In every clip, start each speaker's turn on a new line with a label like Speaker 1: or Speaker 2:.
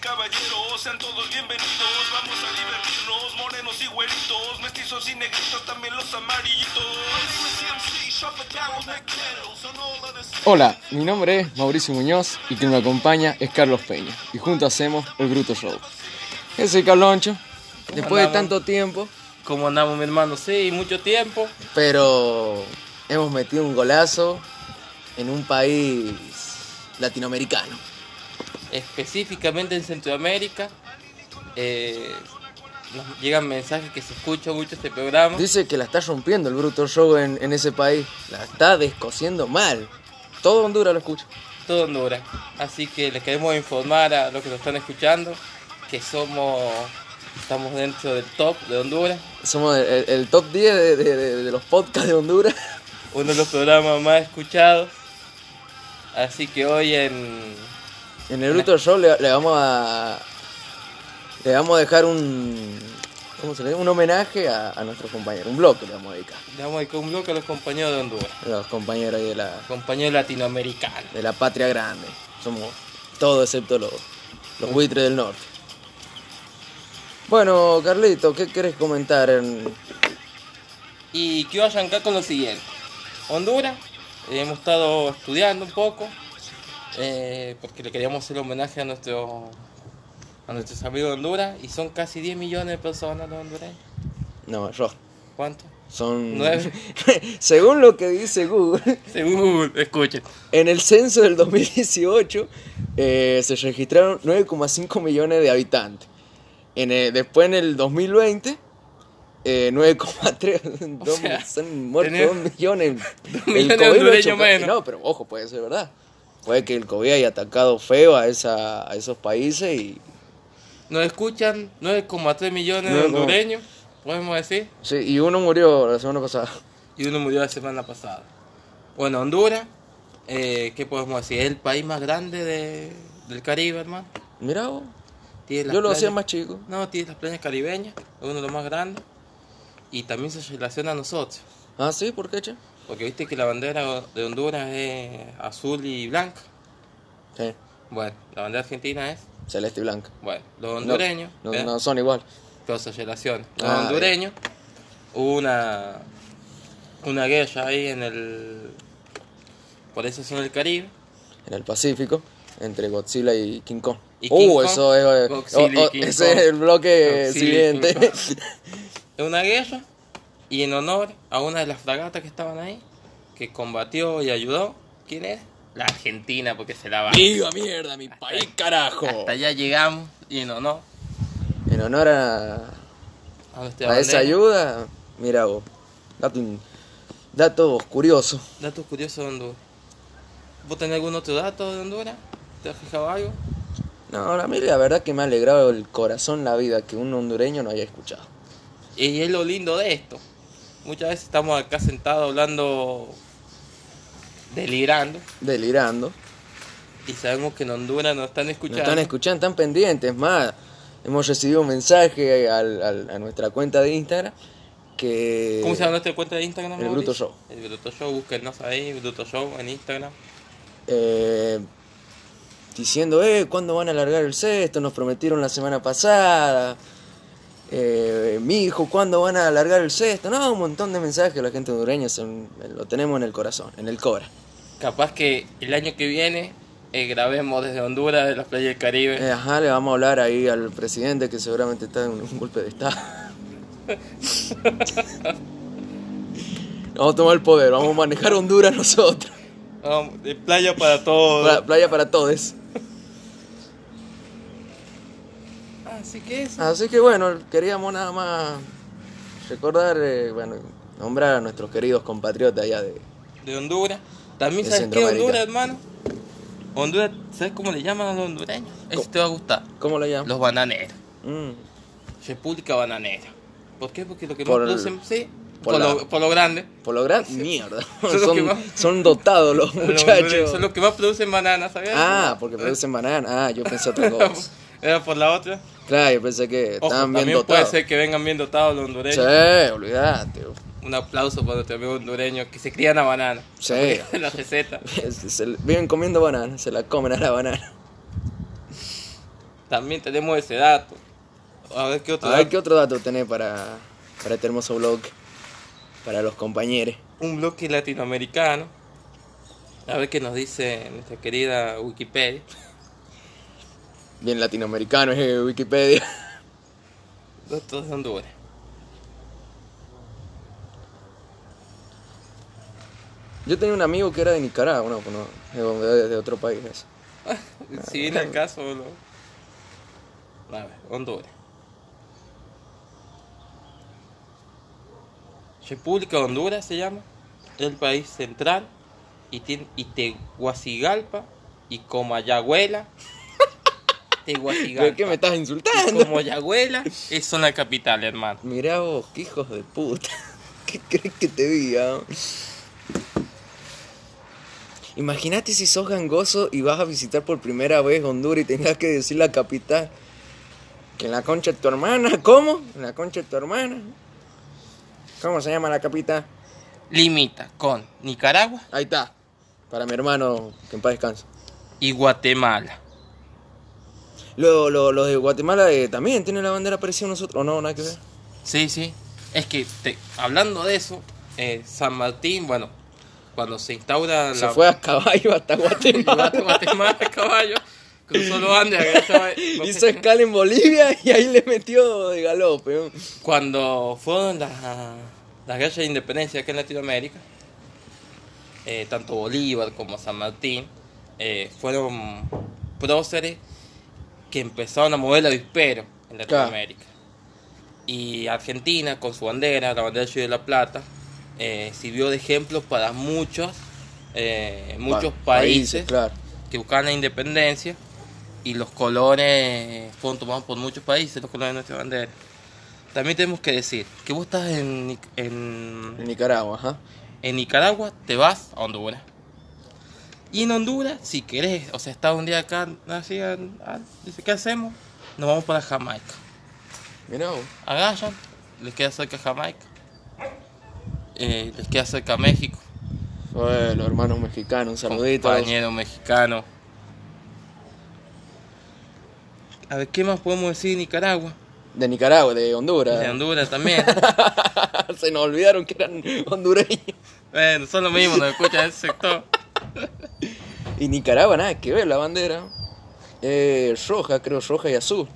Speaker 1: caballeros, sean todos bienvenidos. Vamos a divertirnos, morenos y güeritos, mestizos y negritos, también los amarillitos.
Speaker 2: Hola, mi nombre es Mauricio Muñoz y quien me acompaña es Carlos Peña y juntos hacemos el Bruto Show. Yo soy Carloncho, después de
Speaker 3: andamos?
Speaker 2: tanto tiempo,
Speaker 3: ¿Cómo andamos, mi hermano? Sí, mucho tiempo.
Speaker 2: pero hemos metido un golazo en un país latinoamericano.
Speaker 3: Específicamente en Centroamérica. eh, nos llegan mensajes que se escucha mucho este programa.
Speaker 2: Dice que la está rompiendo el Bruto Show en, en ese país, la está descosiendo mal. Todo Honduras lo escucha.
Speaker 3: Todo Honduras. Así que les queremos informar a los que nos están escuchando que somos. Estamos dentro del top de Honduras.
Speaker 2: Somos el, el top 10 de, de- de- de los podcasts de Honduras.
Speaker 3: Uno de los programas más escuchados. Así que hoy en.
Speaker 2: En el Bruto Show le, le vamos a. Le vamos a dejar un. ¿Cómo se le dice? Un homenaje a, a nuestros compañeros. Un bloque le vamos a dedicar.
Speaker 3: le Vamos a dedicar un bloque a los compañeros de Honduras.
Speaker 2: A los compañeros ahí de la,
Speaker 3: Compañeros latinoamericanos.
Speaker 2: de la patria grande. Somos todos excepto los, los buitres del norte. Bueno, Carlito, ¿qué querés comentar? En...
Speaker 3: Y quiero arrancar con lo siguiente. Honduras, eh, hemos estado estudiando un poco, eh, porque le queríamos hacer homenaje a, nuestro, a nuestros amigos de Honduras, y son casi 10 millones de personas los hondureños.
Speaker 2: No, yo.
Speaker 3: ¿Cuánto?
Speaker 2: Son.
Speaker 3: Nueve.
Speaker 2: Según lo que dice Google.
Speaker 3: Según, escuchen.
Speaker 2: En el censo del 2018 eh, se registraron 9,5 millones de habitantes. En el- después en el 2020, eh, 9,3
Speaker 3: O
Speaker 2: dos-
Speaker 3: sea,
Speaker 2: se han muerto
Speaker 3: tener-
Speaker 2: 2 millones.
Speaker 3: millones de
Speaker 2: COVID lo ha
Speaker 3: hondureños
Speaker 2: hecho-
Speaker 3: menos.
Speaker 2: No, pero ojo, puede ser verdad. Puede que el COVID haya atacado feo a, esa, a esos países y,
Speaker 3: Nos escuchan 9,3 millones de
Speaker 2: Nueve coma-
Speaker 3: hondureños, podemos decir,
Speaker 2: sí, y uno murió la semana pasada.
Speaker 3: y uno murió la semana pasada. Bueno, Honduras, eh, ¿qué podemos decir? Es el país más grande de- del Caribe, hermano.
Speaker 2: Mirá vos,
Speaker 3: Tiene las
Speaker 2: yo lo hacía
Speaker 3: playas-
Speaker 2: más chico.
Speaker 3: No, tiene las playas caribeñas, es uno de los más grandes. Y también se relaciona a nosotros.
Speaker 2: Ah, sí, ¿por qué, che?
Speaker 3: Porque viste que la bandera de Honduras es azul y blanca.
Speaker 2: Sí,
Speaker 3: Bueno, la bandera argentina es.
Speaker 2: celeste y blanca.
Speaker 3: Bueno, los hondureños.
Speaker 2: No,
Speaker 3: ¿eh?
Speaker 2: no, no son igual.
Speaker 3: Pero se relaciona. Los
Speaker 2: Ah,
Speaker 3: hondureños. Hubo una. Una guerra ahí en el. Por eso son el Caribe.
Speaker 2: en el Pacífico entre Godzilla y King Kong.
Speaker 3: Y
Speaker 2: uh,
Speaker 3: King Kong,
Speaker 2: eso es. eh,
Speaker 3: Godzilla y
Speaker 2: oh, oh,
Speaker 3: King
Speaker 2: ese
Speaker 3: Kong.
Speaker 2: es el bloque
Speaker 3: Godzilla y
Speaker 2: siguiente.
Speaker 3: King Es una guerra. Y en honor a una de las fragatas que estaban ahí. Que combatió y ayudó. ¿Quién es? La Argentina, porque se la va.
Speaker 2: Diga mierda, mi país, carajo.
Speaker 3: Hasta allá llegamos y no, no.
Speaker 2: En honor a,
Speaker 3: A, nuestra
Speaker 2: a esa
Speaker 3: bandera.
Speaker 2: ayuda, mira vos, dato, in- dato curioso.
Speaker 3: Datos curiosos de Honduras. ¿Vos tenés algún otro dato de Honduras? ¿Te has fijado algo?
Speaker 2: No, a mí la verdad que me ha alegrado el corazón la vida que un hondureño no haya escuchado.
Speaker 3: Y es lo lindo de esto. Muchas veces estamos acá sentados hablando, delirando,
Speaker 2: Delirando.
Speaker 3: y sabemos que en Honduras nos están
Speaker 2: Nos
Speaker 3: escuchando.
Speaker 2: están escuchando, están pendientes. Es más, hemos recibido un mensaje al- al- a nuestra cuenta de Instagram que.
Speaker 3: ¿Cómo se llama nuestra cuenta de Instagram?
Speaker 2: El
Speaker 3: Mauricio?
Speaker 2: Bruto Show.
Speaker 3: El Bruto Show, búsquenos ahí, Bruto Show en Instagram.
Speaker 2: eh, diciendo, eh, ¿cuándo van a alargar el sexto? Nos prometieron la semana pasada. Eh, mi hijo, ¿cuándo van a alargar el sexto? No, un montón de mensajes la gente hondureña son- lo tenemos en el corazón, en el cobra.
Speaker 3: Capaz que el año que viene eh, grabemos desde Honduras, de las playas del Caribe.
Speaker 2: Eh, ajá, le vamos a hablar ahí al presidente que seguramente está en un, un golpe de estado. vamos a tomar el poder, vamos a manejar Honduras nosotros.
Speaker 3: Vamos, de playa para todos.
Speaker 2: Pla- Playa para todos.
Speaker 3: Así que eso.
Speaker 2: Así que bueno, queríamos nada más recordar, eh, bueno, nombrar a nuestros queridos compatriotas allá de...
Speaker 3: de Honduras. También
Speaker 2: De
Speaker 3: sabes qué
Speaker 2: Centroamérica.
Speaker 3: Honduras, hermano. Honduras, ¿sabes cómo le llaman a los hondureños? Eso te va a gustar.
Speaker 2: ¿Cómo lo llaman?
Speaker 3: Los bananeros.
Speaker 2: Mm,
Speaker 3: República bananera. ¿Por qué? Porque lo que
Speaker 2: Por-
Speaker 3: más producen, sí,
Speaker 2: por
Speaker 3: por,
Speaker 2: la-
Speaker 3: lo, por lo grande.
Speaker 2: por lo gran... Mierda.
Speaker 3: Son los que
Speaker 2: son,
Speaker 3: más-
Speaker 2: son dotados los
Speaker 3: Los hondureños
Speaker 2: muchachos.
Speaker 3: Son los que más producen bananas, ¿sabías?
Speaker 2: Ah, porque producen banana. Ah, yo pensé otra cosa.
Speaker 3: Era por la otra.
Speaker 2: Claro, yo pensé que
Speaker 3: Ojo,
Speaker 2: estaban bien
Speaker 3: también puede
Speaker 2: dotados.
Speaker 3: ser que vengan bien dotados los hondureños.
Speaker 2: Sí, olvidate.
Speaker 3: Un aplauso para nuestros amigos hondureños que se crían a banana.
Speaker 2: Sí.
Speaker 3: la receta.
Speaker 2: Se- se- viven comiendo banana, se la comen a la banana.
Speaker 3: También tenemos ese dato. A ver qué otro
Speaker 2: A ver,
Speaker 3: dato?
Speaker 2: ¿qué otro dato tenés para, para este hermoso blog? Para los compañeros.
Speaker 3: Un bloque latinoamericano. A ver qué nos dice nuestra querida Wikipedia.
Speaker 2: Bien latinoamericano, es Wikipedia.
Speaker 3: Datos de Honduras.
Speaker 2: Yo tenía un amigo que era de Nicaragua, no, pues no, de, de otro país. es.
Speaker 3: Si viene al caso, lo... A ver, Honduras. República de Honduras se llama. Es el país central. Y tiene y Tegucigalpa y Comayagüela.
Speaker 2: ¿Pero
Speaker 3: Tegucigalpa.
Speaker 2: qué me estás
Speaker 3: y
Speaker 2: insultando?
Speaker 3: Comayagüela es son la capital, hermano.
Speaker 2: Mirá vos, qué hijos de puta. ¿Qué crees que te diga? Imagínate si sos gangoso y vas a visitar por primera vez Honduras y tengas que decir la capital. Que en la concha de tu hermana, ¿cómo? En la concha de tu hermana. ¿Cómo se llama la capital?
Speaker 3: Limita con Nicaragua
Speaker 2: Ahí está. Para mi hermano, que en paz descanse.
Speaker 3: y Guatemala.
Speaker 2: Lo- lo- Los de Guatemala eh, también tienen la bandera parecida a nosotros. ¿O no? Nada que ver.
Speaker 3: Sí, sí. Es que te- hablando de eso, eh, San Martín, bueno, cuando se instaura
Speaker 2: Se
Speaker 3: la
Speaker 2: fue a caballo hasta
Speaker 3: llegó
Speaker 2: Guatemala.
Speaker 3: hasta Guatemala a caballo, cruzó los Andes, agachaba-
Speaker 2: Hizo escala en Bolivia y ahí le metió de galope. ¿no?
Speaker 3: Cuando fueron las, las guerras de independencia acá en Latinoamérica, eh, tanto Bolívar como San Martín eh, fueron próceres que empezaron a mover el avispero en Latinoamérica. Y Argentina, con su bandera, la bandera de Río de la Plata, eh, sirvió de ejemplo para muchos, eh, muchos
Speaker 2: Pa-
Speaker 3: países,
Speaker 2: claro.
Speaker 3: que buscaban la independencia y los colores fueron tomados por muchos países, los colores de nuestra bandera. También tenemos que decir que vos estás en, Nic-
Speaker 2: En
Speaker 3: en,
Speaker 2: Nicaragua, ajá.
Speaker 3: en Nicaragua, te vas a Honduras. Y en Honduras, si querés, o sea, estás un día acá, así, al- al- dice, ¿qué hacemos? Nos vamos para Jamaica.
Speaker 2: Mirá vos.
Speaker 3: Agallan, les queda cerca Jamaica. Eh, les queda cerca México.
Speaker 2: Fue los hermanos mexicanos, un saludito.
Speaker 3: compañero mexicano. A ver, ¿qué más podemos decir de Nicaragua?
Speaker 2: De Nicaragua, de Honduras.
Speaker 3: De Honduras también.
Speaker 2: Se nos olvidaron que eran hondureños.
Speaker 3: bueno, son lo mismo, nos escuchan ese sector.
Speaker 2: Y Nicaragua, nada que ver la bandera. Eh, roja, creo, roja y azul.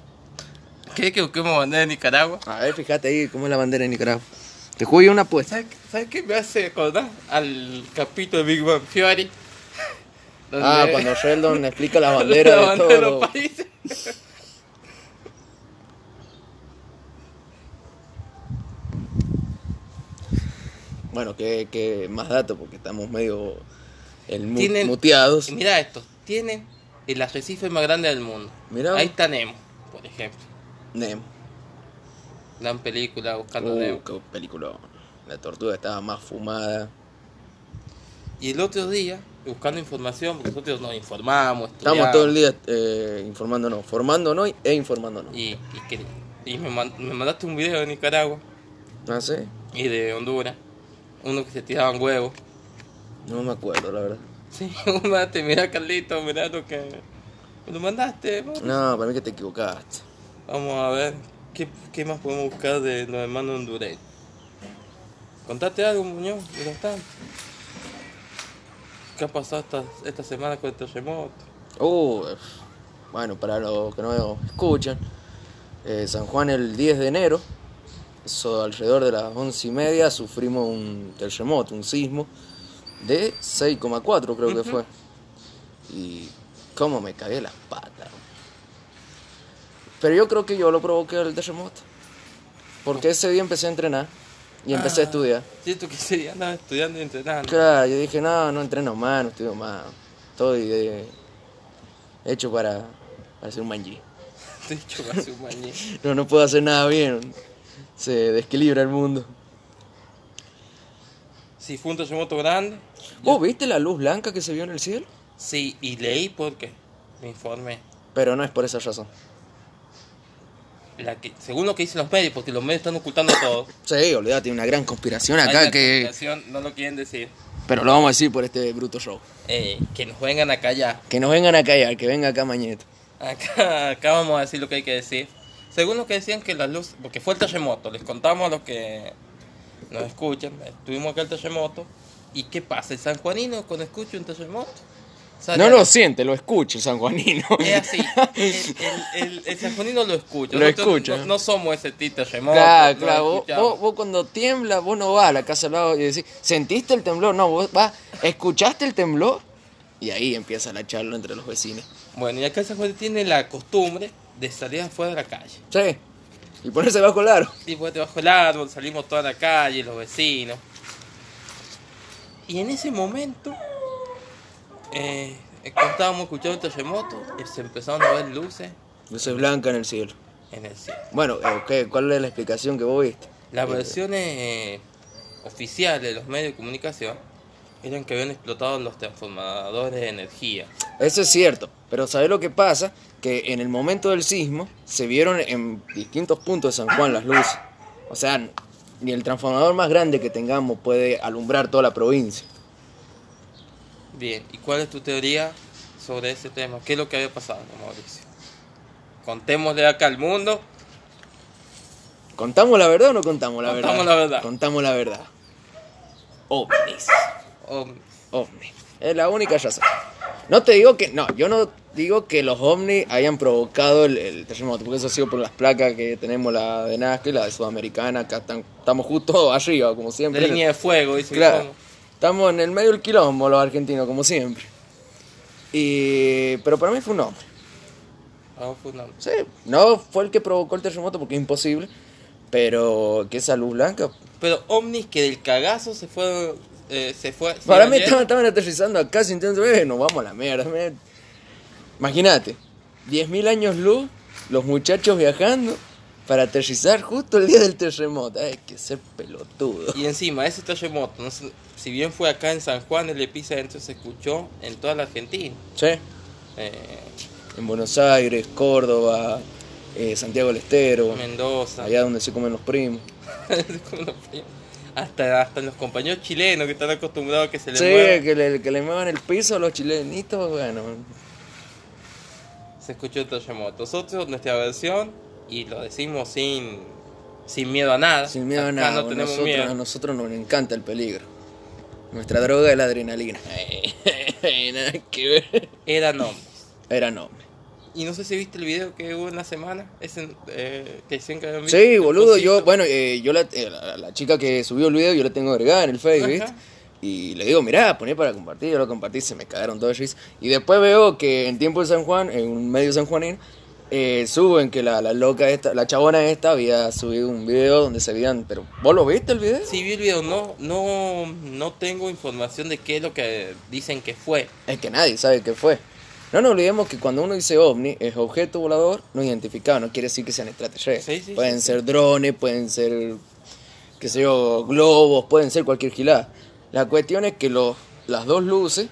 Speaker 3: ¿Qué que busquemos bandera de Nicaragua?
Speaker 2: A ver, fíjate ahí cómo es la bandera de Nicaragua. Te juego yo una apuesta.
Speaker 3: ¿Sabes sabes qué me hace acordar? Al capítulo de Big Bang Theory. donde-
Speaker 2: Ah, cuando Sheldon explica las banderas
Speaker 3: la
Speaker 2: de
Speaker 3: bandera de los
Speaker 2: todos los-
Speaker 3: países.
Speaker 2: Bueno, que, que más datos porque estamos medio el mu-
Speaker 3: Tienen-
Speaker 2: muteados.
Speaker 3: Y mira esto, tienen el arrecife más grande del mundo.
Speaker 2: Mira.
Speaker 3: Ahí está Nemo, por ejemplo.
Speaker 2: Nemo.
Speaker 3: Gran película buscando a Nemo.
Speaker 2: Uh, qué película. La tortuga estaba más fumada.
Speaker 3: Y el otro día, buscando información, porque nosotros nos informamos,
Speaker 2: Estábamos
Speaker 3: estudiamos,
Speaker 2: todo el día eh, informándonos, formándonos e informándonos.
Speaker 3: Y, y que- y me, man- me mandaste un video de Nicaragua
Speaker 2: ¿Ah, sí?
Speaker 3: y de Honduras, uno que se tiraban huevos.
Speaker 2: No me acuerdo, la verdad.
Speaker 3: Sí, vos me mandaste, mirá Carlito, mirá lo que me lo mandaste. vos".
Speaker 2: No, para mí que te equivocaste.
Speaker 3: Vamos a ver, ¿qué, qué más podemos buscar de los hermanos hondureños? Contate algo, Muñoz, de los tantos. ¿Qué ha pasado esta, esta semana con el terremoto?
Speaker 2: Uh, eh, bueno, para los que no escuchan, eh, San Juan el 10 de enero, eso alrededor de las 11 y media, sufrimos un terremoto, un sismo de 6,4 creo que fue. Y cómo me cagué las patas. Pero yo creo que yo lo provoqué el terremoto. Porque ese día empecé a entrenar y empecé a estudiar.
Speaker 3: Siento que sí, andaba estudiando y entrenando.
Speaker 2: Claro, yo dije, no, no entreno más, no estudio más. Estoy eh, hecho para, para ser un manji.
Speaker 3: De hecho, va a ser un mañana.
Speaker 2: No, no puedo hacer nada bien. Se desequilibra el mundo.
Speaker 3: Sí, fue un terremoto grande.
Speaker 2: ¿Vos viste la luz blanca que se vio en el cielo?
Speaker 3: Sí, y leí porque me informé.
Speaker 2: Pero no es por esa razón.
Speaker 3: La que, según lo que dicen los medios, porque los medios están ocultando todo.
Speaker 2: Sí, olvídate, hay una gran conspiración
Speaker 3: Hay
Speaker 2: acá
Speaker 3: una
Speaker 2: que...
Speaker 3: conspiración, No lo quieren decir.
Speaker 2: Pero lo vamos a decir por este bruto show.
Speaker 3: Eh, que nos vengan a callar.
Speaker 2: Que nos vengan a callar, que venga acá Mañeto.
Speaker 3: Acá, acá vamos a decir lo que hay que decir. Según los que decían que la luz, porque fue el terremoto, les contamos a los que nos escuchan, estuvimos acá el terremoto. ¿Y qué pasa? El sanjuanino cuando escucha un terremoto. sale
Speaker 2: No
Speaker 3: a-
Speaker 2: lo siente, lo escucha el sanjuanino.
Speaker 3: Es así. El, el, el- el sanjuanino lo escucha.
Speaker 2: Lo
Speaker 3: Nosotros
Speaker 2: escucha.
Speaker 3: No, no somos ese ti terremoto.
Speaker 2: Claro,
Speaker 3: no
Speaker 2: claro. Vos,
Speaker 3: escuchamos.
Speaker 2: vos- vos cuando tiembla, vos no vas a la casa al lado y decís, ¿sentiste el temblor? No, vos vas, ¿escuchaste el temblor? Y ahí empieza la charla entre los vecinos.
Speaker 3: Bueno, y acá el sanjuanino tiene la costumbre de salir afuera de la calle.
Speaker 2: Sí. Y ponerse bajo el aro.
Speaker 3: Y pues debajo del árbol, salimos toda la calle, los vecinos. Y en ese momento, eh, cuando estábamos escuchando el terremoto, eh, se empezaron a ver luces
Speaker 2: Luces blancas en el cielo.
Speaker 3: en el cielo.
Speaker 2: Bueno, eh, ¿qué? ¿cuál es la explicación que vos viste?
Speaker 3: Las versiones eh, oficiales de los medios de comunicación eran que habían explotado los transformadores de energía.
Speaker 2: Eso es cierto, pero ¿sabés lo que pasa? Que en el momento del sismo se vieron en distintos puntos de San Juan las luces. O sea, ni el transformador más grande que tengamos puede alumbrar toda la provincia.
Speaker 3: Bien, ¿y cuál es tu teoría sobre ese tema? ¿Qué es lo que había pasado, Mauricio? Contémosle acá al mundo.
Speaker 2: ¿Contamos la verdad o no contamos la verdad?
Speaker 3: Contamos la verdad.
Speaker 2: Contamos la verdad. Ovnis.
Speaker 3: Oh,
Speaker 2: Ovnis. Es la única razón. No te digo que. No, yo no digo que los ovnis hayan provocado el, el terremoto, porque eso ha sido por las placas que tenemos, la de Nazca y la de Sudamericana, acá están- estamos justo arriba, como
Speaker 3: de
Speaker 2: siempre.
Speaker 3: línea de fuego, dice que
Speaker 2: Claro.
Speaker 3: somos.
Speaker 2: Estamos en el medio del quilombo los argentinos, como siempre. Y... Pero para mí fue un hombre.
Speaker 3: Ah, fue una-
Speaker 2: Sí, no fue el que provocó el terremoto porque es imposible. Pero que esa luz blanca.
Speaker 3: Pero ovnis que del cagazo se fue. eh, se fue. se
Speaker 2: Para
Speaker 3: iba
Speaker 2: mí
Speaker 3: ayer.
Speaker 2: estaban, estaban aterrizando acá sintiendo, eh, nos vamos a la mierda. me- Imagínate, 10.000 años luz, los muchachos viajando para aterrizar justo el día del terremoto. Hay que ser pelotudo.
Speaker 3: Y encima, ese terremoto, no sé, si bien fue acá en San Juan, el epicentro se escuchó en toda la Argentina.
Speaker 2: Sí.
Speaker 3: Eh,
Speaker 2: En Buenos Aires, Córdoba, eh, Santiago del Estero.
Speaker 3: Mendoza.
Speaker 2: Allá donde se comen los primos.
Speaker 3: Como los primos. hasta, hasta los compañeros chilenos que están acostumbrados a que se les
Speaker 2: Sí,
Speaker 3: mueva.
Speaker 2: que le, que le muevan el piso a los chilenitos, bueno.
Speaker 3: Se escuchó el terremoto. Nosotros, nuestra versión, y lo decimos sin, sin miedo a nada.
Speaker 2: Sin miedo a
Speaker 3: Acá
Speaker 2: nada.
Speaker 3: No
Speaker 2: bueno,
Speaker 3: tenemos
Speaker 2: nosotros,
Speaker 3: miedo.
Speaker 2: A nosotros nos encanta el peligro. Nuestra droga es la adrenalina. Nada que ver.
Speaker 3: Era nombre.
Speaker 2: Era nombre.
Speaker 3: Y no sé si viste el video que hubo en la semana, ese, eh, que decían que habían visto
Speaker 2: Sí,
Speaker 3: el
Speaker 2: boludo, yo,
Speaker 3: cosito.
Speaker 2: bueno, eh, yo la, eh, la- la chica que subió el video, yo la tengo agregada en el Facebook, ¿viste?
Speaker 3: Ajá.
Speaker 2: Y le digo, mirá, poné para compartir, yo lo compartí, se me cagaron todos ellos. Y después veo que en tiempo de San Juan, en un medio sanjuanín, eh, suben que la, la loca esta, la chabona esta había subido un video donde se veían, pero ¿vos lo viste el video?
Speaker 3: Sí, vi el video, no, no, no tengo información de qué es lo que dicen que fue.
Speaker 2: Es que nadie sabe qué fue. No nos olvidemos que cuando uno dice ovni es objeto volador no identificado, no quiere decir que sean estrategias.
Speaker 3: Sí, sí,
Speaker 2: pueden ser drones, pueden ser, qué sé yo, globos, pueden ser cualquier gilada. La cuestión es que los, las dos luces,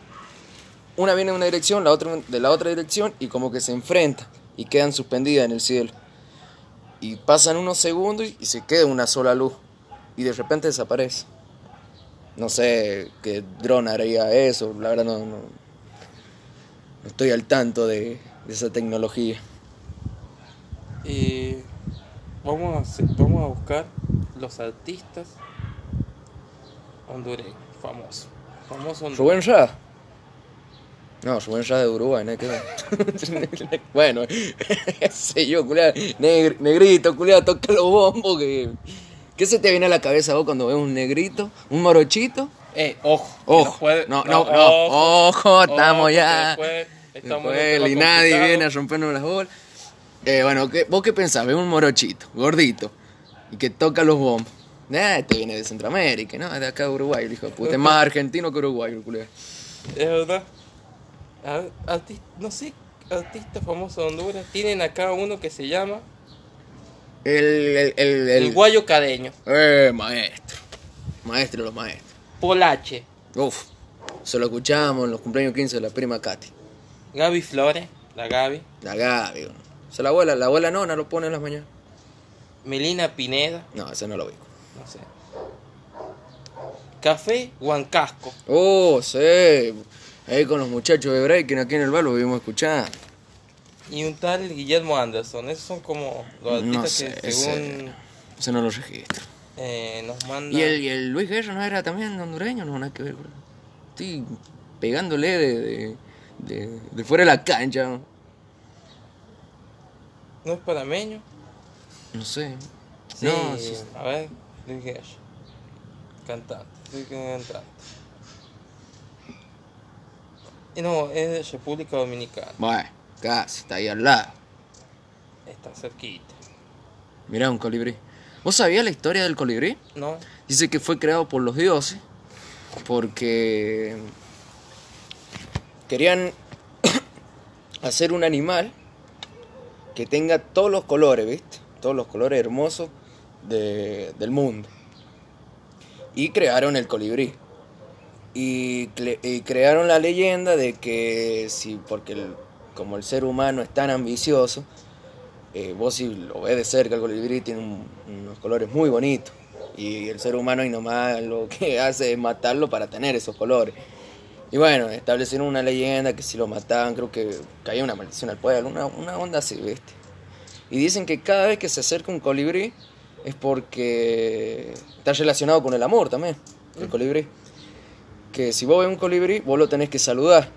Speaker 2: una viene de una dirección, la otra de la otra dirección y como que se enfrentan y quedan suspendidas en el cielo. Y pasan unos segundos y se queda una sola luz y de repente desaparece. No sé qué dron haría eso, la verdad no, no, no estoy al tanto de, de esa tecnología.
Speaker 3: Y Eh, vamos a, hacer- vamos a buscar los artistas hondureños, famosos. Famosos hondureños.
Speaker 2: Rubén Ra. No, Rubén Ra de Uruguay, ¿no? ¿Qué va? bueno, qué sé yo, culiao, negr- negrito, culiado, toca los bombos. Que... ¿Qué se te viene a la cabeza vos cuando ves un negrito, un morochito?
Speaker 3: Eh, ojo. que
Speaker 2: Ojo,
Speaker 3: nos puede-
Speaker 2: no, no, no, ojo, Oh, estamos
Speaker 3: que
Speaker 2: ya.
Speaker 3: después estamos en un
Speaker 2: Después,
Speaker 3: tema
Speaker 2: y nadie
Speaker 3: complicado.
Speaker 2: viene a rompernos las bolas. Eh, bueno, ¿qué- ¿vos qué pensás? Ves un morochito, gordito, y que toca los bombos. Nah, este viene de Centroamérica, ¿no? De acá de Uruguay, el hijo de puta. Es más argentino que uruguayo, el culiao.
Speaker 3: Es verdad. A ver, artis- no sé, artistas famosos de Honduras. Tienen acá uno que se llama
Speaker 2: El, el, el,
Speaker 3: El,
Speaker 2: el-
Speaker 3: Guayo Cadeño.
Speaker 2: Eh, maestro. Maestro de los maestros.
Speaker 3: Polache.
Speaker 2: Uf. Se lo escuchamos en los cumpleaños 15 de la prima Katy.
Speaker 3: Gaby Flores. La Gaby.
Speaker 2: La Gaby. bueno. O sea, la abuela, la abuela nona lo pone en las mañanas.
Speaker 3: Melina Pineda.
Speaker 2: No, ese no lo vi.
Speaker 3: No sé. Café Huancasco.
Speaker 2: Oh, sí. Ahí con los muchachos de Breaking aquí en el bar lo vivimos escuchando.
Speaker 3: y un tal Guillermo Anderson. Esos son como los artistas
Speaker 2: No sé,
Speaker 3: que según
Speaker 2: ese, ese no lo registro.
Speaker 3: eh, nos mandan...
Speaker 2: ¿Y el, y el Luis Guerra no era también hondureño? No, nada que ver, bro. Estoy pegándole de, de, de- de fuera de la cancha. ¿no?
Speaker 3: ¿No es panameño?
Speaker 2: No sé.
Speaker 3: Sí,
Speaker 2: No, sí.
Speaker 3: a ver, Luis Gersh. Cantante, Luis Gersh, cantante. Y no, es de República Dominicana.
Speaker 2: Bueno, casi, está ahí al lado.
Speaker 3: Está cerquita.
Speaker 2: Mirá, un colibrí. ¿Vos sabías la historia del colibrí?
Speaker 3: ¿No?
Speaker 2: Dice que fue creado por los dioses porque querían hacer un animal que tenga todos los colores, ¿viste? Todos los colores hermosos de- del mundo. Y crearon el colibrí. Y, cle- y crearon la leyenda de que si, porque el- como el ser humano es tan ambicioso, eh, vos si lo ves de cerca, el colibrí tiene un- unos colores muy bonitos. Y el ser humano y nomás lo que hace es matarlo para tener esos colores. Y bueno, establecieron una leyenda que si lo mataban, creo que caía una maldición al pueblo, una, una onda así, ¿viste? Y dicen que cada vez que se acerca un colibrí es porque está relacionado con el amor también, el colibrí. Que si vos ves un colibrí, vos lo tenés que saludar.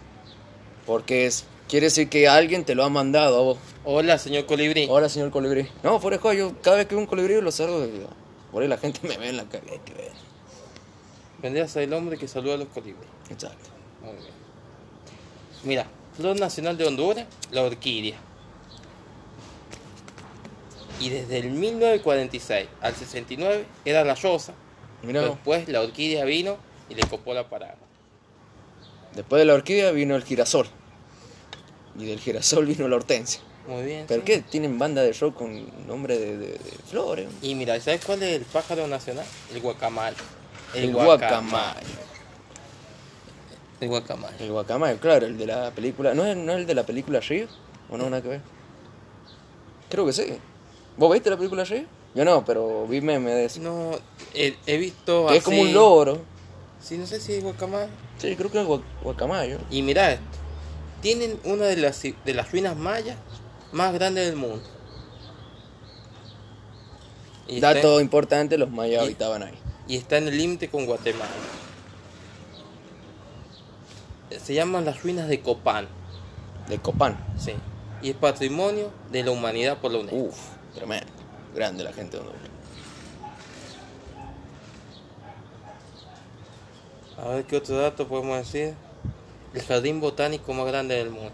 Speaker 2: Porque es, quiere decir que alguien te lo ha mandado a vos.
Speaker 3: Hola, señor Colibrí.
Speaker 2: Hola, señor colibrí. No, fuera de juego, yo cada vez que veo un colibrí lo saludo. y digo, Por ahí la gente me ve en la calle. que ver.
Speaker 3: Vendría a ser el hombre que saluda a los colibrí.
Speaker 2: Exacto.
Speaker 3: Muy bien. Mira, flor nacional de Honduras, la orquídea. Y desde el 1946 al 69 era la rosa.
Speaker 2: Mirá, vos.
Speaker 3: Después la orquídea vino y le copó la parada.
Speaker 2: después de la orquídea vino el girasol. Y del girasol vino la hortensia.
Speaker 3: Muy bien.
Speaker 2: ¿Pero
Speaker 3: sí.
Speaker 2: qué? Tienen banda de rock con nombre de, de- de flores.
Speaker 3: Y mira, ¿sabes cuál es el pájaro nacional? El guacamayo.
Speaker 2: El guacamayo.
Speaker 3: El guacamayo.
Speaker 2: El guacamayo, claro, el de la película. ¿No es, no es el de la película Río? ¿O no, nada que ver? Creo que sí. ¿Vos viste la película Río? Yo no, pero vi meme de eso.
Speaker 3: No, he, he visto
Speaker 2: Que es como
Speaker 3: así-
Speaker 2: un logro.
Speaker 3: Sí, no sé si es guacamayo.
Speaker 2: Sí, creo que es guac- guacamayo.
Speaker 3: Y mirá esto. Tienen una de las, de las ruinas mayas más grandes del mundo. Y está en-
Speaker 2: Dato importante, los mayas
Speaker 3: Y-
Speaker 2: habitaban ahí.
Speaker 3: y está en el límite con Guatemala. Se llaman las ruinas de Copán,
Speaker 2: De Copán.
Speaker 3: sí. Y es patrimonio de la humanidad por la UNESCO.
Speaker 2: Uf, tremendo. Grande la gente de Honduras.
Speaker 3: A ver qué otro dato podemos decir. El jardín botánico más grande del mundo.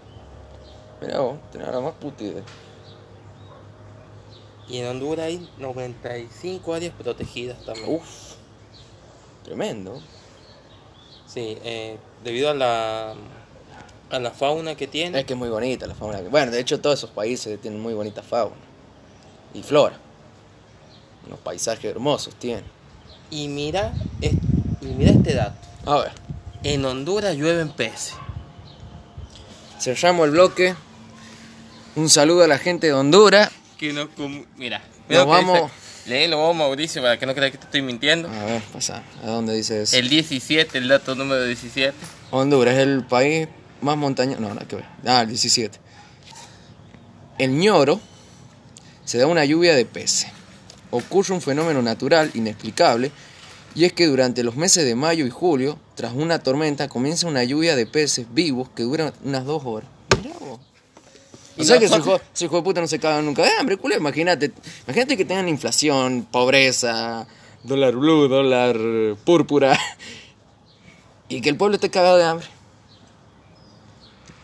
Speaker 2: Mirá vos, tenés la más puta idea.
Speaker 3: Y en Honduras hay 95 áreas protegidas también.
Speaker 2: Uf, tremendo.
Speaker 3: Sí, eh, debido a la, a la fauna que tiene.
Speaker 2: Es que es muy bonita la fauna. que- Bueno, de hecho todos esos países tienen muy bonita fauna. Y flora. Unos paisajes hermosos tienen.
Speaker 3: Y mira, es- y mira este dato.
Speaker 2: A ver,
Speaker 3: En Honduras llueven peces.
Speaker 2: cerramos el bloque. Un saludo a la gente de Honduras.
Speaker 3: Que no com- Mira,
Speaker 2: Nos
Speaker 3: mira lo que dice-
Speaker 2: vamos.
Speaker 3: Léelo vos, Mauricio, para que no creas que te estoy mintiendo.
Speaker 2: A ver, pasa. ¿A dónde dice eso?
Speaker 3: El 17, el dato número 17.
Speaker 2: Honduras es el país más montañoso. No, nada que ver. Ah, el 17. El ñoro se da una lluvia de peces. Ocurre un fenómeno natural inexplicable y es que durante los meses de mayo y julio, tras una tormenta, comienza una lluvia de peces vivos que dura unas dos horas. Mirá vos.
Speaker 3: Y
Speaker 2: O sea que su hijo,
Speaker 3: nosotros-
Speaker 2: su hijo de puta no se caga nunca de hambre, culo. Imagínate, imagínate que tengan inflación, pobreza, dólar blue, dólar púrpura. Y que el pueblo esté cagado de hambre.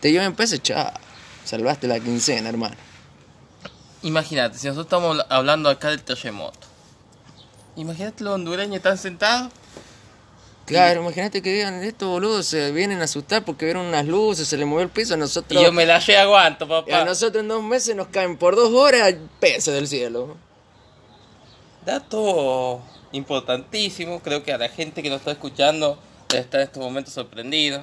Speaker 2: Te llevan peces, chao. Salvaste la quincena, hermano.
Speaker 3: Imagínate, si nosotros estamos habla- hablando acá del terremoto. Imagínate los hondureños están sentados.
Speaker 2: Claro, imagínate que digan, estos boludos se vienen a asustar porque vieron unas luces, se les movió el piso a nosotros.
Speaker 3: Y yo me la llevo aguanto, papá.
Speaker 2: A nosotros en dos meses nos caen por dos horas peces del cielo.
Speaker 3: Dato importantísimo, creo que a la gente que nos está escuchando debe estar en estos momentos sorprendido.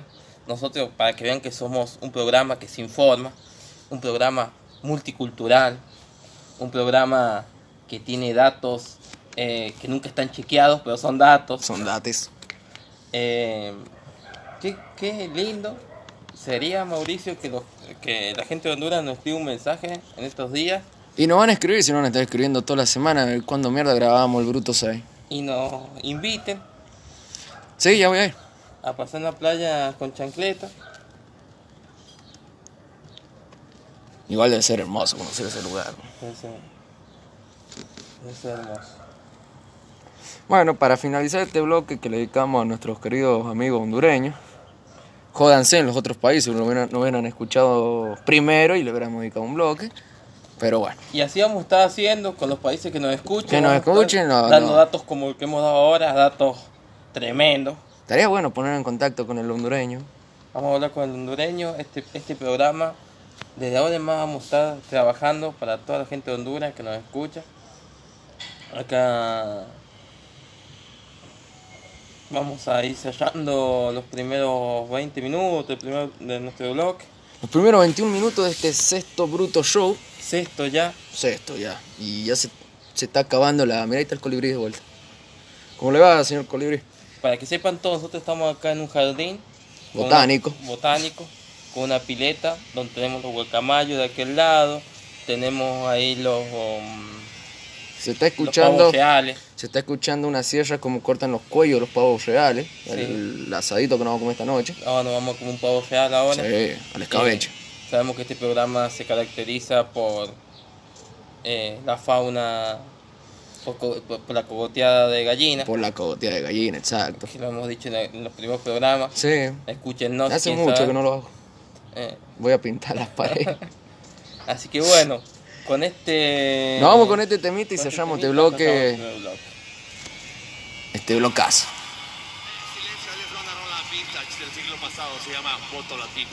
Speaker 3: Nosotros, para que vean que somos un programa que se informa, un programa multicultural, un programa que tiene datos eh, que nunca están chequeados, pero son datos.
Speaker 2: Son dates.
Speaker 3: Eh, qué, qué lindo sería, Mauricio, que los, que la gente de Honduras nos escriba un mensaje en estos días
Speaker 2: Y nos van a escribir, si no van a estar escribiendo toda la semana, cuando mierda grabamos el Bruto 6.
Speaker 3: y nos inviten
Speaker 2: Sí, ya voy a ir.
Speaker 3: a pasar en la playa con chancleta.
Speaker 2: Igual debe ser hermoso conocer ese lugar.
Speaker 3: Entonces, es hermoso.
Speaker 2: Bueno, para finalizar este bloque que le dedicamos a nuestros queridos amigos hondureños, jódanse en los otros países, no hubieran, no hubieran escuchado primero y le hubiéramos dedicado un bloque. Pero bueno,
Speaker 3: Y así vamos a estar haciendo con los países que nos escuchen.
Speaker 2: Que nos
Speaker 3: vamos a estar
Speaker 2: escuchen, no,
Speaker 3: dando
Speaker 2: no.
Speaker 3: datos como el que hemos dado ahora, datos tremendos.
Speaker 2: estaría bueno poner en contacto con el hondureño.
Speaker 3: Vamos a hablar con el hondureño. Este, este programa, desde ahora en más vamos a estar trabajando para toda la gente de Honduras que nos escucha. Acá vamos a ir sellando los primeros 20 minutos el primero de nuestro blog.
Speaker 2: Los primeros 21 minutos de este sexto Bruto Show.
Speaker 3: Sexto ya.
Speaker 2: Sexto ya. Y ya se, se está acabando la... Mirá, ahí está el colibrí de vuelta. ¿Cómo le va, señor colibrí?
Speaker 3: Para que sepan todos, nosotros estamos acá en un jardín. con una-
Speaker 2: Botánico.
Speaker 3: botánico, con una pileta donde tenemos los guacamayos de aquel lado, tenemos ahí los, um,
Speaker 2: Se está
Speaker 3: los
Speaker 2: escuchando...
Speaker 3: pavos reales.
Speaker 2: Se está escuchando una sierra como cortan los cuellos los pavos reales.
Speaker 3: Sí.
Speaker 2: El, asadito que nos vamos a comer esta noche.
Speaker 3: Ahora Ah, nos vamos como un pavo real ahora.
Speaker 2: Sí, al escabeche.
Speaker 3: Eh, sabemos que este programa se caracteriza por eh, la fauna, por, co- por- por la cogoteada de gallina,
Speaker 2: Por la cogotilla de gallina, exacto.
Speaker 3: que lo hemos dicho en, la- en los primeros programas.
Speaker 2: Sí.
Speaker 3: Escúchenos.
Speaker 2: Hace
Speaker 3: quién
Speaker 2: mucho
Speaker 3: sabe.
Speaker 2: que no lo hago.
Speaker 3: Eh,
Speaker 2: Voy a pintar las paredes.
Speaker 3: así que bueno, con este...
Speaker 2: Nos vamos con este temita y cerramos este bloque.
Speaker 3: cerramos este bloque.
Speaker 2: Este blocazo.
Speaker 1: silencio es una rola vintage del siglo pasado, se llama Voto Latino.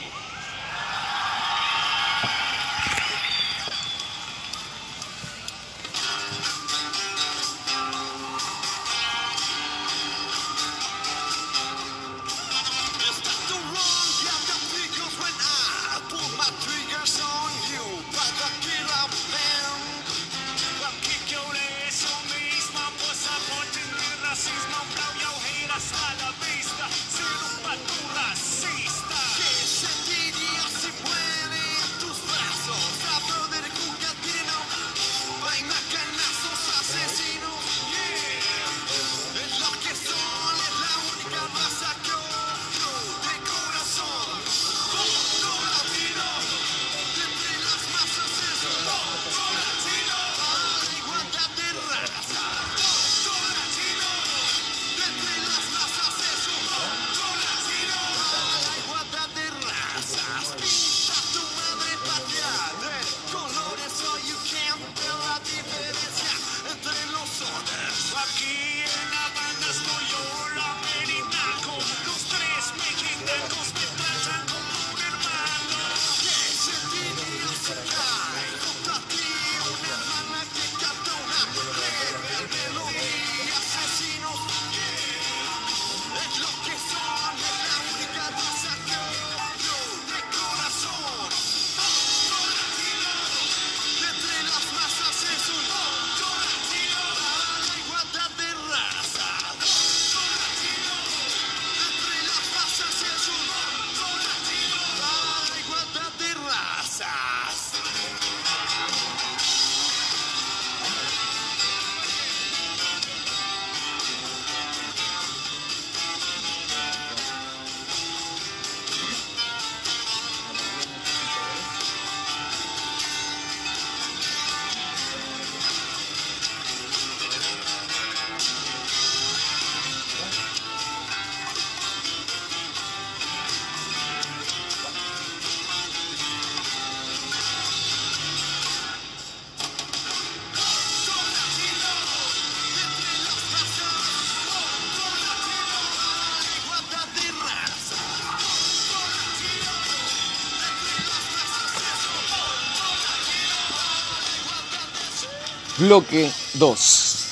Speaker 2: Bloque 2.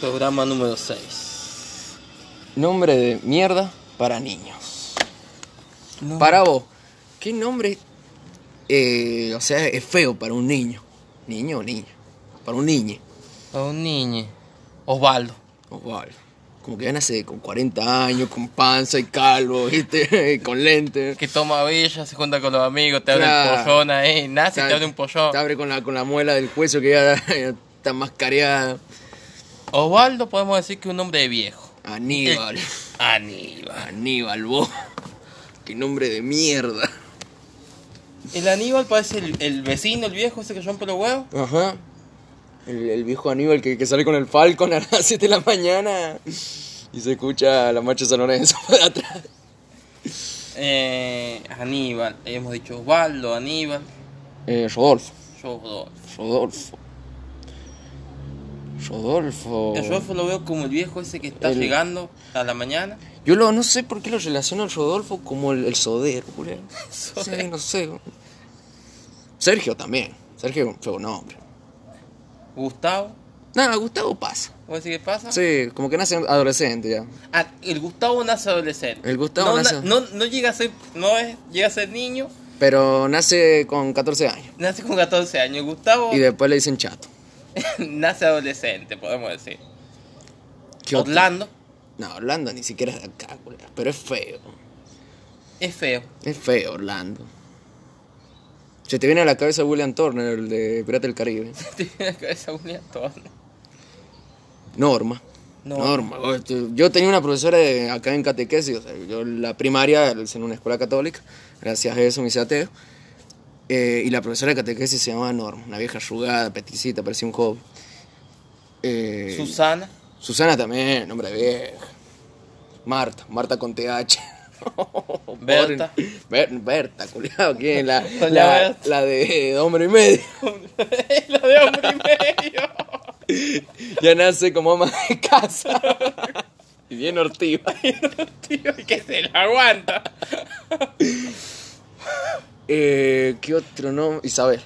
Speaker 3: Programa número 6.
Speaker 2: Nombre de mierda para niños. Para vos, ¿qué nombre? eh, o sea, es feo para un niño. ¿Niño o niña? Para un niño.
Speaker 3: un niño. Osvaldo.
Speaker 2: Osvaldo. Como que nace con 40 años, con panza y calvo, ¿viste? con lentes.
Speaker 3: Que toma villa, se junta con los amigos, te abre
Speaker 2: Claro.
Speaker 3: un pollón ahí, nace y
Speaker 2: Ta-
Speaker 3: te abre un pollón.
Speaker 2: Te abre con la, con la muela del hueso que ya, ya está mascareada.
Speaker 3: Osvaldo podemos decir que es un hombre de viejo. Eh.
Speaker 2: Aníbal.
Speaker 3: Aníbal.
Speaker 2: Aníbal, vos. Qué nombre de mierda.
Speaker 3: El Aníbal parece el, el vecino, el viejo ese que rompe los huevos.
Speaker 2: Ajá. El, el viejo Aníbal que, que sale con el Falcon a las 7 de la mañana. Y se escucha la marcha de San Lorenzo de atrás.
Speaker 3: Eh, Aníbal, hemos dicho Osvaldo, Aníbal,
Speaker 2: Eh, Rodolfo.
Speaker 3: yo dos.
Speaker 2: Rodolfo. Rodolfo.
Speaker 3: Yo lo veo como el viejo ese que está
Speaker 2: Oh. El-
Speaker 3: llegando a la mañana.
Speaker 2: Yo lo, no sé por qué lo relaciono al Rodolfo como el, el sodero, boludo. Sí, no sé. Sergio también. Sergio fue un hombre.
Speaker 3: Gustavo,
Speaker 2: Nada, Gustavo pasa.
Speaker 3: ¿vos decís qué pasa?
Speaker 2: Sí, como que nace adolescente ya.
Speaker 3: Ah, el Gustavo nace adolescente.
Speaker 2: El Gustavo
Speaker 3: no,
Speaker 2: nace-
Speaker 3: na- No, no llega a ser, no es, llega a ser niño,
Speaker 2: Pero nace con 14 años.
Speaker 3: nace con 14 años. El Gustavo
Speaker 2: Y después le dicen chato.
Speaker 3: nace adolescente, podemos decir.
Speaker 2: ¿Qué otro?
Speaker 3: Orlando
Speaker 2: No, Orlando ni siquiera es de acá, boludo. Pero es feo.
Speaker 3: es feo.
Speaker 2: Es feo, Orlando. Se te viene a la cabeza William Turner, el de Pirata del Caribe.
Speaker 3: Tiene la cabeza unida toda.
Speaker 2: Norma.
Speaker 3: No.
Speaker 2: Norma. O este, Yo tenía una profesora de- acá en catequesis, o sea, yo la primaria la hice en una escuela católica, gracias a eso me hice ateo. Eh, y la profesora de catequesis se llamaba Norma, una vieja arrugada, peticita, parecía un joven. Eh,
Speaker 3: Susana,
Speaker 2: Susana también, nombre de vieja. Marta, Marta con TH.
Speaker 3: Berta.
Speaker 2: Ber- Berta, culiado, ¿quién? La,
Speaker 3: Doña
Speaker 2: la,
Speaker 3: Berta.
Speaker 2: la de hombre y medio.
Speaker 3: la de hombre y medio.
Speaker 2: Ya nace como ama de casa. Y bien hortiva.
Speaker 3: Tío, y que se la aguanta.
Speaker 2: Eh, ¿Qué otro nombre? Isabel.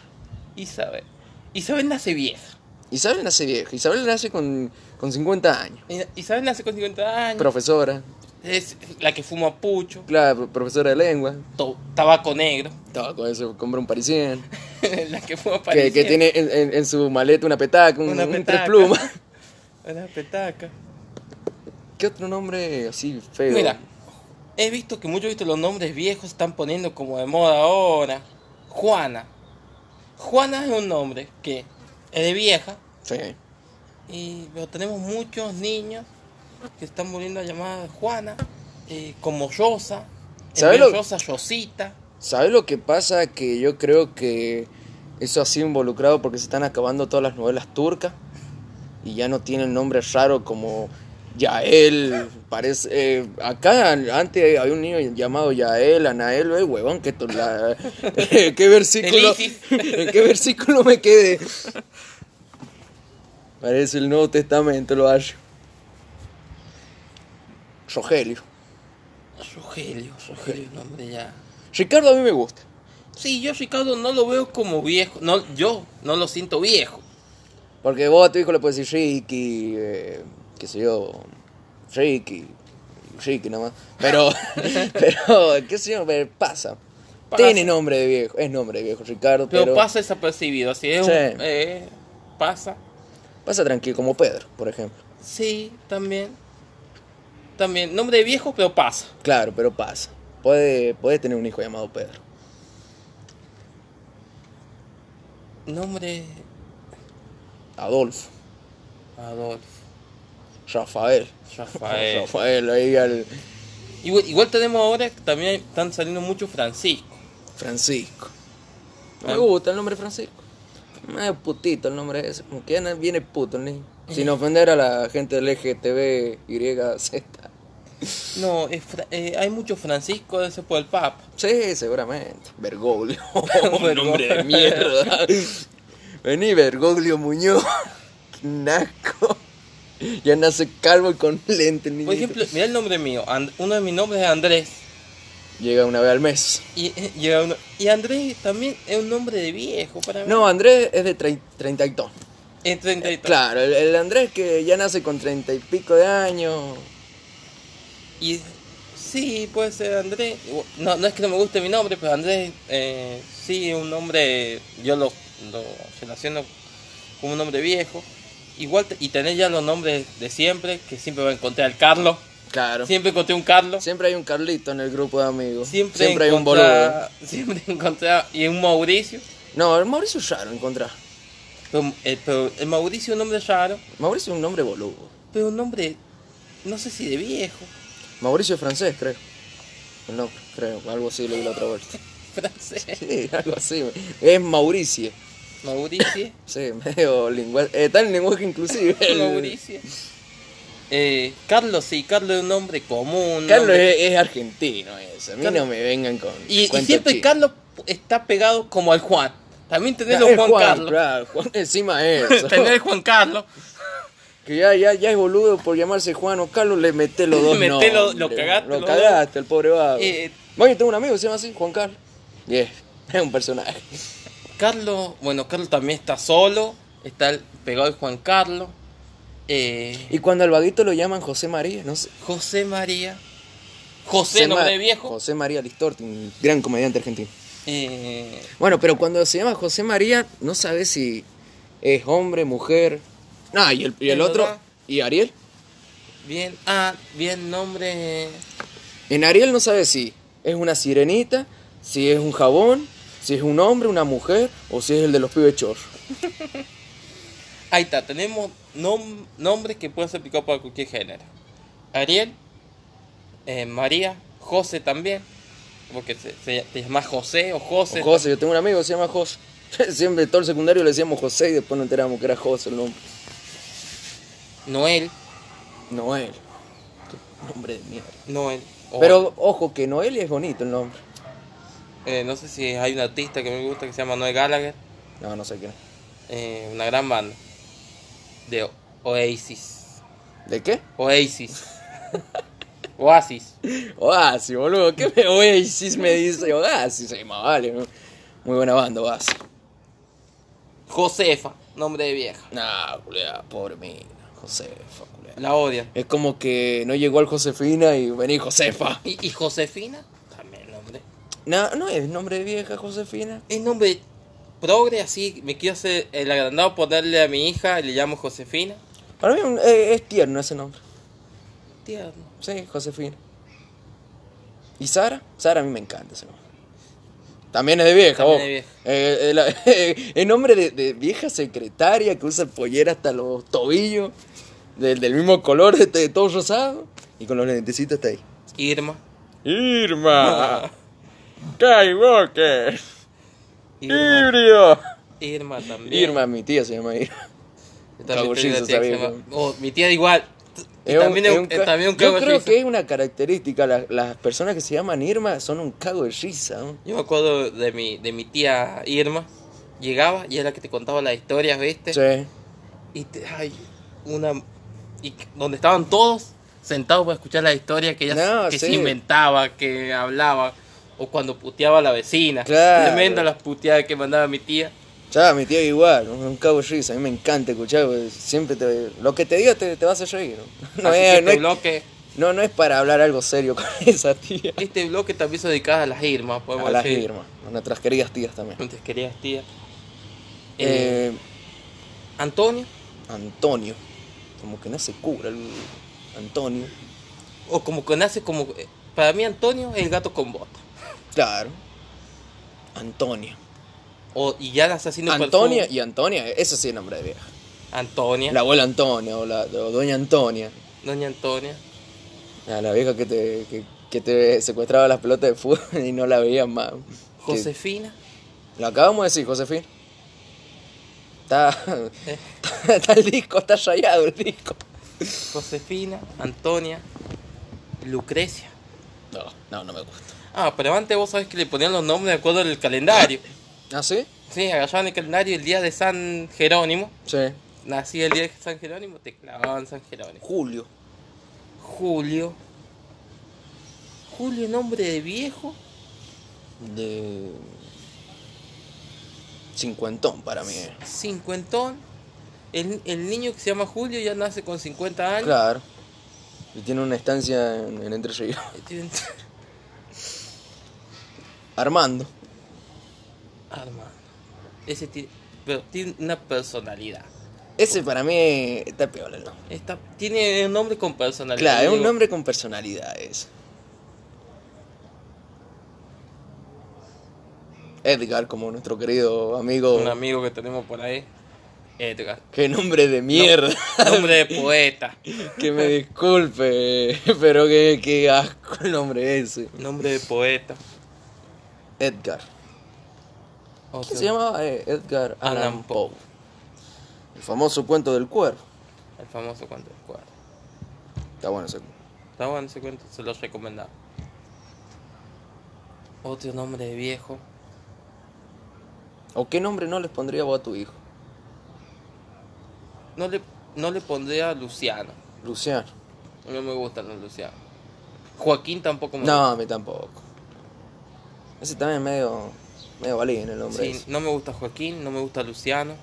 Speaker 3: Isabel. Isabel nace vieja.
Speaker 2: Isabel nace vieja. Isabel nace con, con 50 años.
Speaker 3: Isabel nace con 50 años.
Speaker 2: Profesora.
Speaker 3: Es la que fuma pucho,
Speaker 2: Claro, pro- profesora de lengua.
Speaker 3: to- tabaco negro.
Speaker 2: Estaba con eso, compra un parisien.
Speaker 3: la que fuma
Speaker 2: Que, que
Speaker 3: parisien.
Speaker 2: tiene en, en- en su maleta una petaca, un,
Speaker 3: Una
Speaker 2: un
Speaker 3: petaca.
Speaker 2: tres plumas.
Speaker 3: Una petaca.
Speaker 2: ¿Qué otro nombre así feo?
Speaker 3: Mira, he visto que muchos visto los nombres viejos están poniendo como de moda ahora. Juana. Juana es un nombre que es de vieja,
Speaker 2: Sí.
Speaker 3: y, pero tenemos muchos niños que están volviendo a llamar a Juana, eh, como Yosa.
Speaker 2: ¿Sabes
Speaker 3: ¿Sabes lo?
Speaker 2: lo-
Speaker 3: Yosa, Yosita.
Speaker 2: ¿Sabes lo que pasa? Que yo creo que eso ha sido involucrado porque se están acabando todas las novelas turcas y ya no tienen nombres raros como Yael. Parece, eh, acá antes había un niño llamado Yael, Anael, eh, huevón, que esto, la- ¿en qué versículo,
Speaker 3: Elisis.
Speaker 2: en qué versículo me quedé. Parece el Nuevo Testamento, lo hallo. Rogelio.
Speaker 3: Rogelio, Rogelio, nombre ya.
Speaker 2: Ricardo a mí me gusta.
Speaker 3: Sí, yo Ricardo no lo veo como viejo. No, yo no lo siento viejo.
Speaker 2: Porque vos a tu hijo le puedes decir Ricky, eh, qué sé yo, Ricky, Ricky nomás. Pero, pero, qué sé yo, pero pasa.
Speaker 3: Pasa.
Speaker 2: Tiene nombre de viejo, es nombre de viejo, Ricardo,
Speaker 3: Pero,
Speaker 2: pero, pasa.
Speaker 3: pasa desapercibido, así es.
Speaker 2: Sí.
Speaker 3: un- eh, pasa.
Speaker 2: tranquilo, como Pedro, por ejemplo.
Speaker 3: Sí, también. También. Nombre de viejo, pero pasa.
Speaker 2: Claro, pero pasa. Puede, puede tener un hijo llamado Pedro.
Speaker 3: Nombre
Speaker 2: Adolfo,
Speaker 3: Adolfo.
Speaker 2: Rafael.
Speaker 3: Rafael.
Speaker 2: Rafael, ahí al
Speaker 3: Igual, igual tenemos ahora que también están saliendo muchos Francisco.
Speaker 2: Francisco. No
Speaker 3: Ah.
Speaker 2: me gusta el nombre Francisco. Es putito el nombre ese. Como que ya viene puto el niño. Sin ofender a la gente del LGTB YZ.
Speaker 3: No, es Fra- eh, hay muchos Francisco ese por el Papa.
Speaker 2: Sí, seguramente. Bergoglio.
Speaker 3: Bergoglio.
Speaker 2: Un nombre de mierda. Vení, Bergoglio Muñoz. Qué Naco. Ya nace calvo y con lente, niño.
Speaker 3: Por ejemplo, mira el nombre mío. And- uno de mis nombres es Andrés.
Speaker 2: Llega una vez al mes.
Speaker 3: Y, eh, llega uno- y Andrés también es un nombre de viejo para mí.
Speaker 2: No, Andrés es de trein- treinta y dos.
Speaker 3: Es 30 y tal.
Speaker 2: Claro, el, el Andrés que ya nace con treinta y pico de años.
Speaker 3: Y sí, puede ser Andrés. No, no es que no me guste mi nombre, pero Andrés eh, sí es un nombre, yo lo, lo relaciono como un nombre viejo. igual te- y tener ya los nombres de siempre, que siempre va a encontrar el Carlos.
Speaker 2: Claro. Siempre,
Speaker 3: Siempre encontré un Carlos.
Speaker 2: hay un Carlito en el grupo de amigos.
Speaker 3: Siempre,
Speaker 2: Siempre, hay un boludo.
Speaker 3: encontrá- Siempre encontrá- y un Mauricio.
Speaker 2: No, el Mauricio ya lo encontrás.
Speaker 3: Pero el, pero el Mauricio es un nombre raro,
Speaker 2: Mauricio es un nombre boludo.
Speaker 3: pero un nombre, no sé si de viejo,
Speaker 2: Mauricio es francés, creo. No, creo. Algo así leí la otra vuelta.
Speaker 3: francés.
Speaker 2: Sí, algo así. Es Mauricio.
Speaker 3: Mauricio.
Speaker 2: Sí, medio lenguaje. Está en lenguaje inclusive. el-
Speaker 3: Mauricio. Eh, Carlos, sí, Carlos es un nombre común. un
Speaker 2: Carlos
Speaker 3: nombre-
Speaker 2: es, es argentino eso. A mí
Speaker 3: Carlos-
Speaker 2: no me vengan con.
Speaker 3: Y, y
Speaker 2: cuentos
Speaker 3: siempre
Speaker 2: chinos.
Speaker 3: Carlos está pegado como al Juan. También tenés
Speaker 2: Ah,
Speaker 3: los
Speaker 2: es
Speaker 3: Juan, Carlos.
Speaker 2: claro, Juan encima es eso.
Speaker 3: Tenés el Juan Carlos.
Speaker 2: Que ya, ya, ya es boludo por llamarse Juan o Carlos, le meté los dos
Speaker 3: Le meté lo- lo
Speaker 2: nombres,
Speaker 3: cagaste,
Speaker 2: Lo
Speaker 3: los
Speaker 2: cagaste, el pobre vago.
Speaker 3: Eh,
Speaker 2: Bueno, yo tengo un amigo que se llama así, Juan Carlos. Y es- es un personaje.
Speaker 3: Carlos, bueno, Carlos también está solo. Está el- pegado el Juan Carlos. Eh,
Speaker 2: Y cuando al vaguito lo llaman José María, no sé.
Speaker 3: José María. José,
Speaker 2: Ma-
Speaker 3: nombre viejo.
Speaker 2: José María Listorti, un gran comediante argentino.
Speaker 3: Eh,
Speaker 2: Bueno, pero cuando se llama José María, no sabes si es hombre, mujer. Ah, y el, y el
Speaker 3: Es
Speaker 2: otro.
Speaker 3: verdad.
Speaker 2: ¿Y Ariel?
Speaker 3: bien, ah, bien nombre.
Speaker 2: En Ariel no sabes si es una sirenita, si es un jabón, si es un hombre, una mujer o si es el de los pibes chorros.
Speaker 3: Ahí está, tenemos nom- nombres que pueden ser aplicados para cualquier género. Ariel, eh, María, José también. Porque se, se- te llamas José o José.
Speaker 2: O José, yo tengo un amigo que se llama José. Siempre todo el secundario le decíamos José y después nos enteramos que era José el nombre.
Speaker 3: Noel,
Speaker 2: Noel. Qué Nombre de mierda.
Speaker 3: Noel. o-
Speaker 2: Pero ojo que Noel es bonito el nombre.
Speaker 3: eh, no sé si hay un artista que me gusta que se llama Noel Gallagher.
Speaker 2: No, no sé quién es.
Speaker 3: eh, una gran banda. De O- Oasis.
Speaker 2: ¿De qué?
Speaker 3: Oasis. Oasis.
Speaker 2: Oasis, boludo. ¿Qué me Oasis me dice? Oasis, sí, más vale. ¿no? Muy buena banda, Oasis.
Speaker 3: Josefa, nombre de vieja.
Speaker 2: Nah, culiá, pobre mina. Josefa, culiá.
Speaker 3: La odian.
Speaker 2: Es como que no llegó al Josefina y vení Josefa.
Speaker 3: ¿Y, y Josefina? También nombre.
Speaker 2: No, no es nombre de vieja Josefina.
Speaker 3: Es nombre progre, así me quiero hacer el agrandado ponerle a mi hija, le llamo Josefina.
Speaker 2: Para mí un- eh, es tierno ese nombre.
Speaker 3: Tierno.
Speaker 2: Sí, Josefina. ¿Y Sara? Sara a mí me encanta ese nombre. También es de vieja,
Speaker 3: También
Speaker 2: vos.
Speaker 3: es vieja.
Speaker 2: Eh, eh, la- el nombre de, de vieja secretaria que usa pollera hasta los tobillos, del, del mismo color, este, todo rosado, y con los lentecitos está ahí.
Speaker 3: Irma.
Speaker 2: Irma. Kai Walker.
Speaker 3: Irma,
Speaker 2: Híbrido.
Speaker 3: Irma también.
Speaker 2: Irma, mi tía se llama Irma.
Speaker 3: Yo también
Speaker 2: Cabullizo,
Speaker 3: tengo una tía que se
Speaker 2: sabía,
Speaker 3: llama- Oh, mi tía igual. Y
Speaker 2: Es un-
Speaker 3: también
Speaker 2: es
Speaker 3: es
Speaker 2: un
Speaker 3: un-
Speaker 2: ca-
Speaker 3: también un
Speaker 2: Yo
Speaker 3: cago de
Speaker 2: creo
Speaker 3: risa.
Speaker 2: que es una característica. la- las personas que se llaman Irma son un cago de risa. ¿no?
Speaker 3: Yo me acuerdo de mi, de mi tía Irma. Llegaba y era la que te contaba las historias, ¿viste?
Speaker 2: Sí.
Speaker 3: Y te- ay, una. Y que- donde estaban todos sentados para escuchar las historias que ella
Speaker 2: No,
Speaker 3: que
Speaker 2: sí.
Speaker 3: se inventaba, que hablaba. O cuando puteaba a la vecina.
Speaker 2: Claro.
Speaker 3: Tremenda las puteadas que mandaba mi tía.
Speaker 2: Ya, mi tía igual, ¿no? un cago de risa. A mí me encanta escuchar. porque siempre te, lo que te diga te, te vas a reír. No, No
Speaker 3: Así que
Speaker 2: es, no,
Speaker 3: este,
Speaker 2: es,
Speaker 3: bloque,
Speaker 2: no, no es para hablar algo serio con esa tía.
Speaker 3: este bloque también se dedicaba a las Irmas, podemos
Speaker 2: A las
Speaker 3: decir.
Speaker 2: Irma, a nuestras queridas tías también.
Speaker 3: Antes querías tía. Eh,
Speaker 2: Eh,
Speaker 3: Antonio
Speaker 2: Antonio. Como que no se cura el Antonio.
Speaker 3: o como que nace como eh, para mí Antonio es el gato con bota.
Speaker 2: Claro. Antonio.
Speaker 3: O y ya nace haciendo
Speaker 2: Antonia
Speaker 3: perfume.
Speaker 2: y Antonia, eso sí es nombre de vieja.
Speaker 3: Antonia,
Speaker 2: La abuela Antonia o la o doña Antonia.
Speaker 3: doña Antonia.
Speaker 2: Ah, la vieja que te, que, que te secuestraba las pelotas de fútbol y no la veían más. Que-
Speaker 3: Josefina.
Speaker 2: Lo acabamos de decir, Josefín. Está, está, el disco, está rayado el disco.
Speaker 3: Josefina, Antonia, Lucrecia.
Speaker 2: No, no, no me gusta.
Speaker 3: Ah, pero antes vos sabés que le ponían los nombres de acuerdo al calendario.
Speaker 2: ¿Ah, sí?
Speaker 3: Sí, agarraban el calendario el día de San Jerónimo.
Speaker 2: Sí.
Speaker 3: Nací el día de San Jerónimo, te clavaban San Jerónimo.
Speaker 2: Julio.
Speaker 3: Julio. Julio, nombre de viejo.
Speaker 2: De. Cincuentón para mí. eh.
Speaker 3: Cincuentón. El, el niño que se llama Julio ya nace con 50 años.
Speaker 2: Claro. Y tiene una estancia en, en Entre Ríos.
Speaker 3: Tiene-
Speaker 2: Armando.
Speaker 3: Armando. Ese tiene, pero tiene una personalidad.
Speaker 2: Ese para mí está peor el nombre.
Speaker 3: Está, tiene un nombre con personalidad.
Speaker 2: Claro, es un
Speaker 3: digo,
Speaker 2: nombre con personalidades. Edgar, como nuestro querido amigo.
Speaker 3: Un amigo que tenemos por ahí. Edgar.
Speaker 2: Qué nombre de mierda.
Speaker 3: Nombre de poeta.
Speaker 2: que me disculpe, pero que, que asco el nombre ese.
Speaker 3: Nombre de poeta.
Speaker 2: Edgar.
Speaker 3: O
Speaker 2: ¿Quién
Speaker 3: sea,
Speaker 2: se llamaba eh, Edgar Allan,
Speaker 3: Allan
Speaker 2: Poe? El famoso cuento del cuervo.
Speaker 3: El famoso cuento del cuadro.
Speaker 2: Está bueno ese.
Speaker 3: Está bueno ese cuento, se los recomendaba. Otro nombre de viejo.
Speaker 2: ¿O qué nombre no les pondría vos a tu hijo?
Speaker 3: No le, no le pondría Luciano.
Speaker 2: Luciano.
Speaker 3: No me gustan los Lucianos. Joaquín tampoco me
Speaker 2: No, a mí tampoco. Ese también es medio, medio valiente el
Speaker 3: gusta.
Speaker 2: nombre.
Speaker 3: Sí,
Speaker 2: ese.
Speaker 3: no me gusta Joaquín, no me gusta Luciano.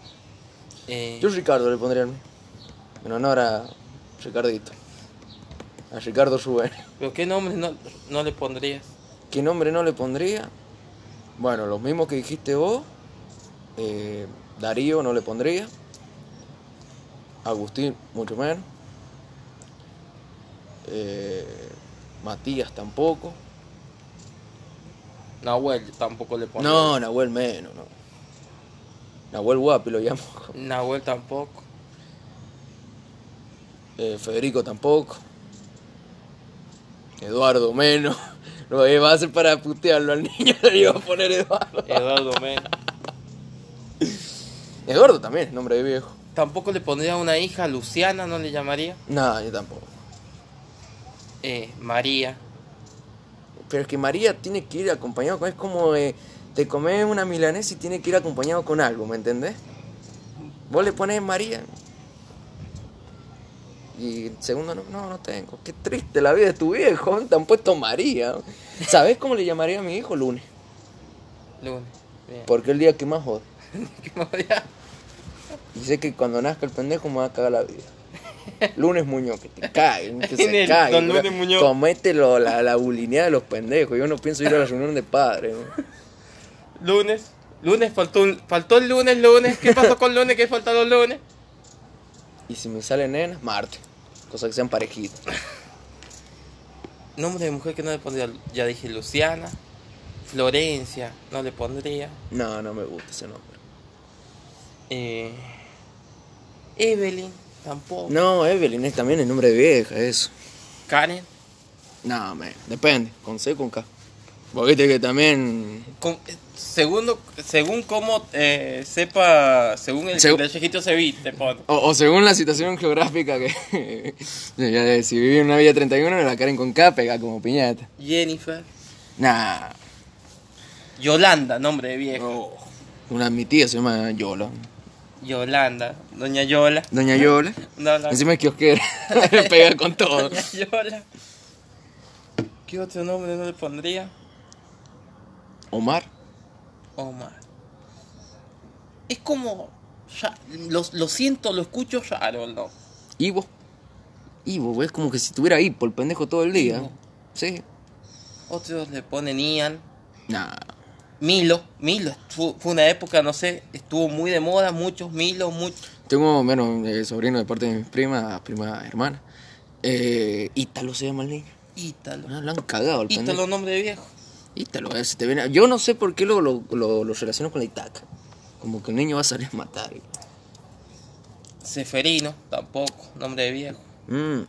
Speaker 3: Eh,
Speaker 2: Yo Ricardo le pondría a mí. En honor a Ricardito. A Ricardo Rubén.
Speaker 3: ¿Pero qué nombre no, no le pondrías?
Speaker 2: ¿Qué nombre no le pondría? Bueno, los mismos que dijiste vos. Eh, Darío no le pondría. Agustín, mucho menos. Eh, Matías tampoco.
Speaker 3: Nahuel tampoco le pondría.
Speaker 2: No, Nahuel menos, no. Nahuel Guapi lo llamo.
Speaker 3: Nahuel tampoco.
Speaker 2: Eh, Federico tampoco. Eduardo menos. Lo que va a hacer para putearlo al niño, le iba a poner Eduardo.
Speaker 3: Eduardo Mena.
Speaker 2: Eduardo también es nombre de viejo.
Speaker 3: Tampoco le pondría una hija, Luciana no le llamaría.
Speaker 2: No, yo tampoco.
Speaker 3: Eh, María.
Speaker 2: Pero es que María tiene que ir acompañado con... Es como eh, te comes una milanesa y tiene que ir acompañado con algo, ¿me entendés? Vos le pones María. Y el segundo, no, no, no tengo. Qué triste la vida de tu viejo. Te han puesto María. ¿Sabés cómo le llamaría a mi hijo lunes?
Speaker 3: Lunes. Bien.
Speaker 2: Porque es el día que más jode.
Speaker 3: ¿Qué más había?
Speaker 2: Y sé que cuando nazca el pendejo me va a cagar la vida. Lunes Muñoz, que te cague, que
Speaker 3: En
Speaker 2: se
Speaker 3: el
Speaker 2: cague.
Speaker 3: Don
Speaker 2: bro.
Speaker 3: Lunes Muñoz.
Speaker 2: Comételo, la, la bulineada de los pendejos. Yo no pienso ir a la reunión de padres. bro.
Speaker 3: Lunes. Lunes faltó un- faltó el lunes, lunes. ¿Qué pasó con lunes? ¿Qué falta los lunes?
Speaker 2: Y si me sale nena, Marte. Cosa que sean parejitas.
Speaker 3: Nombre de mujer que no le pondría. Ya dije Luciana. Florencia, no le pondría.
Speaker 2: No, no me gusta ese nombre.
Speaker 3: Eh, Evelyn, tampoco.
Speaker 2: No, Evelyn es también el nombre de vieja, eso.
Speaker 3: Karen.
Speaker 2: No, man, depende. Con C, con K. Porque viste que también.
Speaker 3: con- eh, segundo, según cómo eh, sepa, según el
Speaker 2: Segu-
Speaker 3: el viejito se viste, pon.
Speaker 2: O, o según la situación geográfica que. Ya, si viví en una villa 31, la Karen con K pega como piñata.
Speaker 3: Jennifer.
Speaker 2: Nah.
Speaker 3: Yolanda, nombre de viejo.
Speaker 2: Una de mis tías se llama Yola.
Speaker 3: Yolanda. Doña Yola.
Speaker 2: Doña Yola.
Speaker 3: No, no.
Speaker 2: Encima es kiosquera. Pega con todo.
Speaker 3: Doña Yola. ¿Qué otro nombre no le pondría?
Speaker 2: Omar.
Speaker 3: Omar. Es como. ya- lo, lo siento, lo escucho raro, ¿no?
Speaker 2: Ivo. Ivo, güey, es como que si estuviera ahí por el pendejo todo el día.
Speaker 3: Ivo.
Speaker 2: Sí.
Speaker 3: Otros le ponen Ian.
Speaker 2: Nah.
Speaker 3: Milo, Milo estu- fue una época, no sé, estuvo muy de moda, muchos Milo, muchos.
Speaker 2: Tengo, bueno, eh, sobrino de parte de mis primas, prima hermana. Eh, Ítalo se llama el niño.
Speaker 3: Ítalo.
Speaker 2: No, lo han cagado el
Speaker 3: Ítalo,
Speaker 2: pendejo.
Speaker 3: nombre de viejo.
Speaker 2: Ítalo, eh, se te viene. Yo no sé por qué lo, lo, lo- lo relaciono con la Itaca. Como que el niño va a salir a matar.
Speaker 3: Seferino, tampoco, nombre de viejo.
Speaker 2: Mm.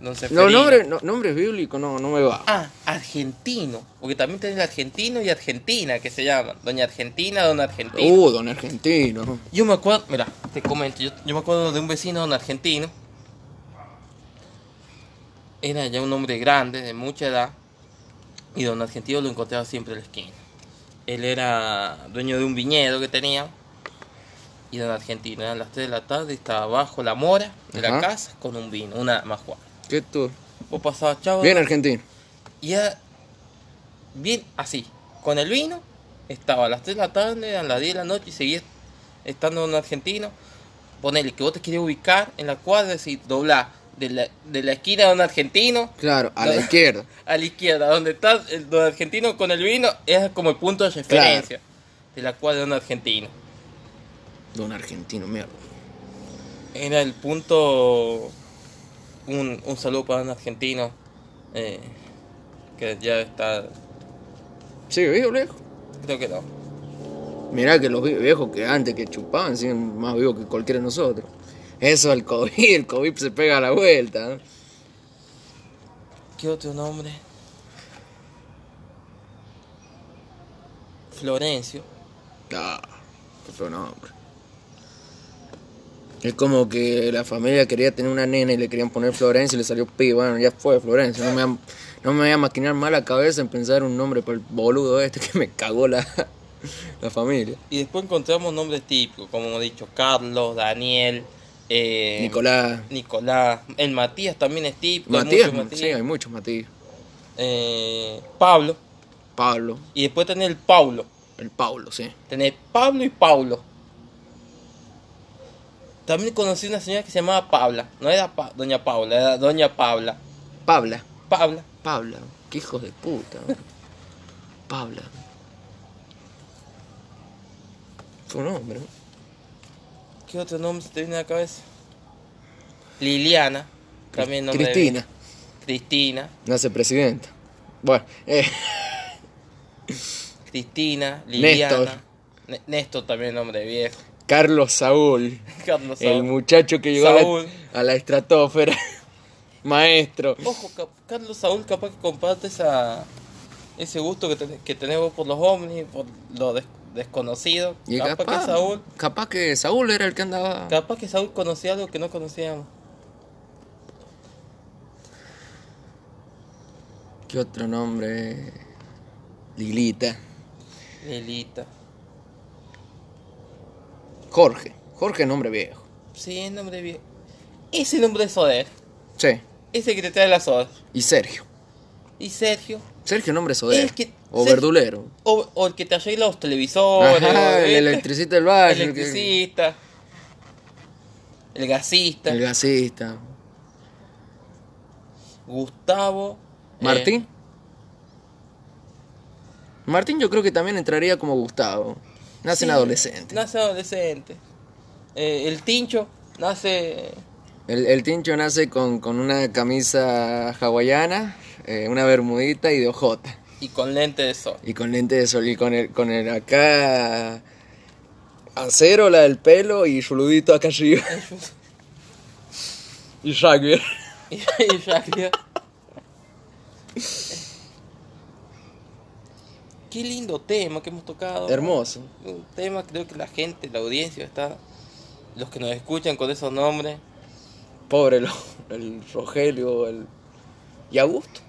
Speaker 3: Don Seferino.
Speaker 2: No, nombre, no, nombres bíblicos no, no me va.
Speaker 3: Ah, argentino, porque también tenés el argentino y argentina que se llaman. Doña Argentina, don Argentino.
Speaker 2: Uh, don argentino.
Speaker 3: Yo me acuerdo, mira, te comento, yo, yo me acuerdo de un vecino, un argentino. Era ya un hombre grande, de mucha edad. Y don argentino lo encontraba siempre en la esquina. Él era dueño de un viñedo que tenía. Y don argentino, eran las 3 de la tarde, y estaba bajo la mora de la
Speaker 2: Ajá.
Speaker 3: casa con un vino, una majuana.
Speaker 2: ¿Qué tú?
Speaker 3: Vos pasabas, chavo.
Speaker 2: Bien argentino.
Speaker 3: Y era bien así. Con el vino, estaba a las 3 de la tarde, a las 10 de la noche y seguía estando en argentino. Ponele que vos te querías ubicar en la cuadra, es decir, doblar de la, de la esquina de un argentino
Speaker 2: Claro, a la
Speaker 3: No.
Speaker 2: izquierda.
Speaker 3: a la izquierda, donde está el don argentino con el vino, es como el punto de referencia de la cuadra de un argentino.
Speaker 2: Don argentino, mierda.
Speaker 3: era el punto. Un, un saludo para un argentino eh, que ya está.
Speaker 2: ¿Sigue vivo, viejo?
Speaker 3: Creo que no.
Speaker 2: Mirá que los vi- viejos que antes que chupaban siguen más vivos que cualquiera de nosotros. Eso es el COVID, el COVID se pega a la vuelta. ¿no?
Speaker 3: ¿Qué otro nombre? Florencio.
Speaker 2: Ah, qué feo nombre. Es como que la familia quería tener una nena y le querían poner Florencia y le salió pi. Bueno, ya fue Florencia. No me, va- no me voy a maquinar mal la cabeza en pensar un nombre para el boludo este que me cagó la, la familia.
Speaker 3: Y después encontramos nombres típicos, como hemos dicho, Carlos, Daniel, eh,
Speaker 2: Nicolás.
Speaker 3: Nicolás. El Matías también es típico. hay
Speaker 2: Matías,
Speaker 3: mucho
Speaker 2: sí, hay muchos Matías.
Speaker 3: Eh, Pablo.
Speaker 2: Pablo,
Speaker 3: Y después tenés el Paulo.
Speaker 2: el Pablo, sí.
Speaker 3: Tenés Pablo y Paulo. También conocí una señora que se llamaba Paula. No era Pa- Doña Paula, era Doña Paula.
Speaker 2: Pabla,
Speaker 3: Paula.
Speaker 2: Pabla, qué hijos de puta. ¿no? Pabla. Fue un nombre. ¿no?
Speaker 3: ¿Qué otro nombre se te viene a la cabeza? Liliana. También nombre de-
Speaker 2: Cristina.
Speaker 3: Cristina.
Speaker 2: Nace presidenta. Bueno, eh,
Speaker 3: Cristina. Liliana.
Speaker 2: Néstor.
Speaker 3: Ne- Néstor también nombre de viejo.
Speaker 2: Carlos Saúl,
Speaker 3: Carlos
Speaker 2: el
Speaker 3: Saúl.
Speaker 2: muchacho que llegó a
Speaker 3: Saúl.
Speaker 2: la, a la estratosfera, maestro.
Speaker 3: Ojo, ca- Carlos Saúl capaz que comparte esa, ese gusto que, ten- que tenés vos por los ovnis, por lo des- desconocido.
Speaker 2: Y
Speaker 3: capaz,
Speaker 2: capaz,
Speaker 3: que Saúl,
Speaker 2: capaz que Saúl era el que andaba.
Speaker 3: capaz que Saúl conocía algo que no conocíamos.
Speaker 2: ¿Qué otro nombre? Lilita.
Speaker 3: Lilita.
Speaker 2: Jorge. Jorge es nombre viejo.
Speaker 3: Sí, el nombre bien. Ese nombre de Soder.
Speaker 2: Sí.
Speaker 3: Ese que te trae la Soder.
Speaker 2: Y Sergio.
Speaker 3: Y Sergio.
Speaker 2: Sergio nombre sodero.
Speaker 3: Es que-
Speaker 2: o
Speaker 3: Sergio-
Speaker 2: verdulero.
Speaker 3: O, o el que te arregla los televisores.
Speaker 2: Ajá,
Speaker 3: o-
Speaker 2: el electricista del valle.
Speaker 3: El
Speaker 2: el que-
Speaker 3: electricista. El gasista.
Speaker 2: el gasista.
Speaker 3: Eh. Gustavo. eh,
Speaker 2: Martín. Martín yo creo que también entraría como Gustavo. Nace en
Speaker 3: Sí,
Speaker 2: adolescente.
Speaker 3: Nace adolescente. Eh, el tincho nace.
Speaker 2: El, el tincho nace con, con una camisa hawaiana, eh, una bermudita y de ojota.
Speaker 3: Y con lente de sol.
Speaker 2: Y con lente de sol y con el, con el acá acero, la del pelo y yuludito acá arriba. y Jagger.
Speaker 3: Y, y ya que- Qué lindo tema que hemos tocado.
Speaker 2: Hermoso.
Speaker 3: Un tema creo que la gente, la audiencia está. Los que nos escuchan con esos nombres.
Speaker 2: Pobre lo- el Rogelio el... y Augusto.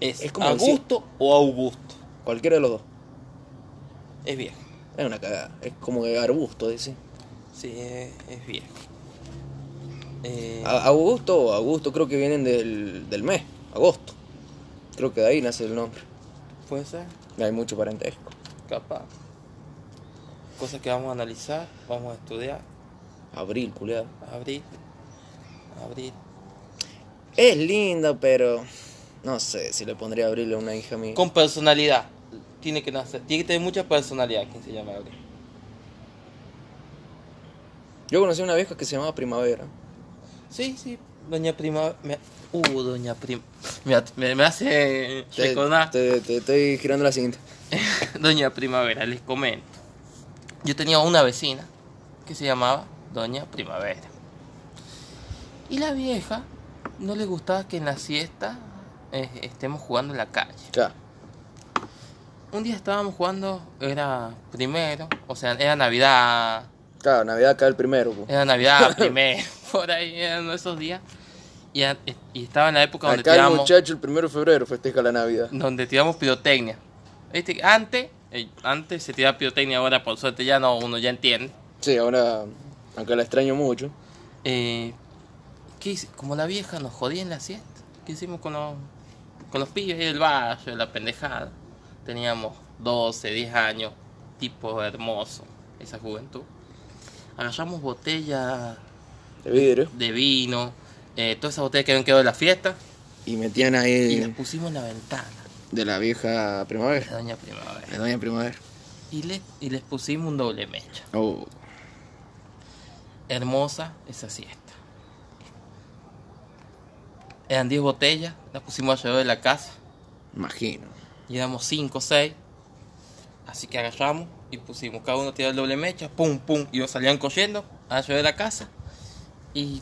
Speaker 3: Es,
Speaker 2: Es como
Speaker 3: Augusto o Augusto.
Speaker 2: Cualquiera de los dos.
Speaker 3: Es viejo.
Speaker 2: Es una cagada. Es como que arbusto, dice.
Speaker 3: Sí, es, es viejo. Eh,
Speaker 2: A- Augusto o Augusto creo que vienen del, del mes, agosto. Creo que de ahí nace el nombre.
Speaker 3: ¿Puede ser?
Speaker 2: Hay mucho parentesco.
Speaker 3: Capaz. Cosas que vamos a analizar, vamos a estudiar.
Speaker 2: Abril, culiado.
Speaker 3: Abril. Abril.
Speaker 2: Es linda, pero no sé si le pondría abril a una hija mía.
Speaker 3: Con personalidad. Tiene que nacer. Tiene que tener mucha personalidad quien se llama Abril.
Speaker 2: Yo conocí una vieja que se llamaba Primavera.
Speaker 3: Sí, sí. Doña Prima. Me, uh, Doña Prima. Me, at- me- me hace
Speaker 2: Te,
Speaker 3: recordar.
Speaker 2: te- te estoy girando la cinta.
Speaker 3: Doña Primavera, les comento. Yo tenía una vecina que se llamaba Doña Primavera. Y la vieja no le gustaba que en la siesta eh, estemos jugando en la calle.
Speaker 2: Ya.
Speaker 3: Un día estábamos jugando, era primero, o sea, era Navidad,
Speaker 2: Claro, Navidad acá el primero. po.
Speaker 3: era Navidad primero, por ahí eran esos días. Y, a- eh, y estaba en la época donde
Speaker 2: Acá el
Speaker 3: tiramos,
Speaker 2: muchacho el primero de febrero festeja la Navidad.
Speaker 3: donde tiramos pirotecnia. Este, antes, eh, antes se tiraba pirotecnia, ahora por suerte ya no, uno ya entiende.
Speaker 2: Sí, ahora, aunque la extraño mucho.
Speaker 3: Eh, ¿qué hice? Como la vieja nos jodía en la siesta, ¿qué hicimos con los, con los pibes ahí del barrio, la pendejada? Teníamos 12, 10 años, tipo hermoso, esa juventud. Agarramos botellas
Speaker 2: De vidrio.
Speaker 3: de vino, eh, todas esas botellas que habían quedado de la fiesta,
Speaker 2: Y metían
Speaker 3: y las
Speaker 2: ahí
Speaker 3: pusimos en la ventana
Speaker 2: de la vieja
Speaker 3: de
Speaker 2: Primavera.
Speaker 3: Doña Primavera.
Speaker 2: De doña Primavera.
Speaker 3: Y, le, y les pusimos un doble mecha.
Speaker 2: Oh.
Speaker 3: hermosa esa siesta. Eran 10 botellas, las pusimos alrededor de la casa.
Speaker 2: Imagino.
Speaker 3: Llevamos 5 o 6. Así que agarramos y pusimos cada uno tiró el doble mecha, pum, pum. Y ellos salían corriendo alrededor de la casa. Y,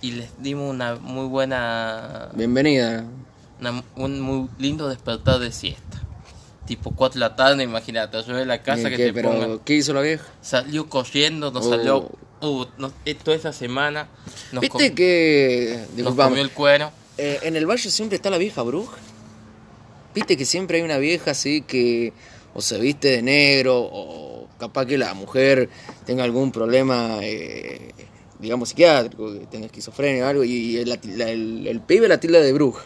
Speaker 3: y les dimos una muy buena.
Speaker 2: Bienvenida.
Speaker 3: una- un muy lindo despertar de siesta. Tipo 4 de la tarde, imagínate, alrededor de la casa
Speaker 2: ¿Y
Speaker 3: que
Speaker 2: Eh, qué?
Speaker 3: te
Speaker 2: pero,
Speaker 3: pongan.
Speaker 2: ¿qué hizo la vieja?
Speaker 3: Salió corriendo, nos
Speaker 2: Oh.
Speaker 3: salió. Uh, nos- eh, toda esa semana nos, com-
Speaker 2: ¿Viste que.
Speaker 3: nos
Speaker 2: Disculpame.
Speaker 3: comió el cuero.
Speaker 2: Eh, en el valle siempre está la vieja bruja. Viste que siempre hay una vieja así que o se viste de negro o capaz que la mujer tenga algún problema, eh, digamos, psiquiátrico, que tenga esquizofrenia o algo, y el, el- el pibe la tilda de bruja.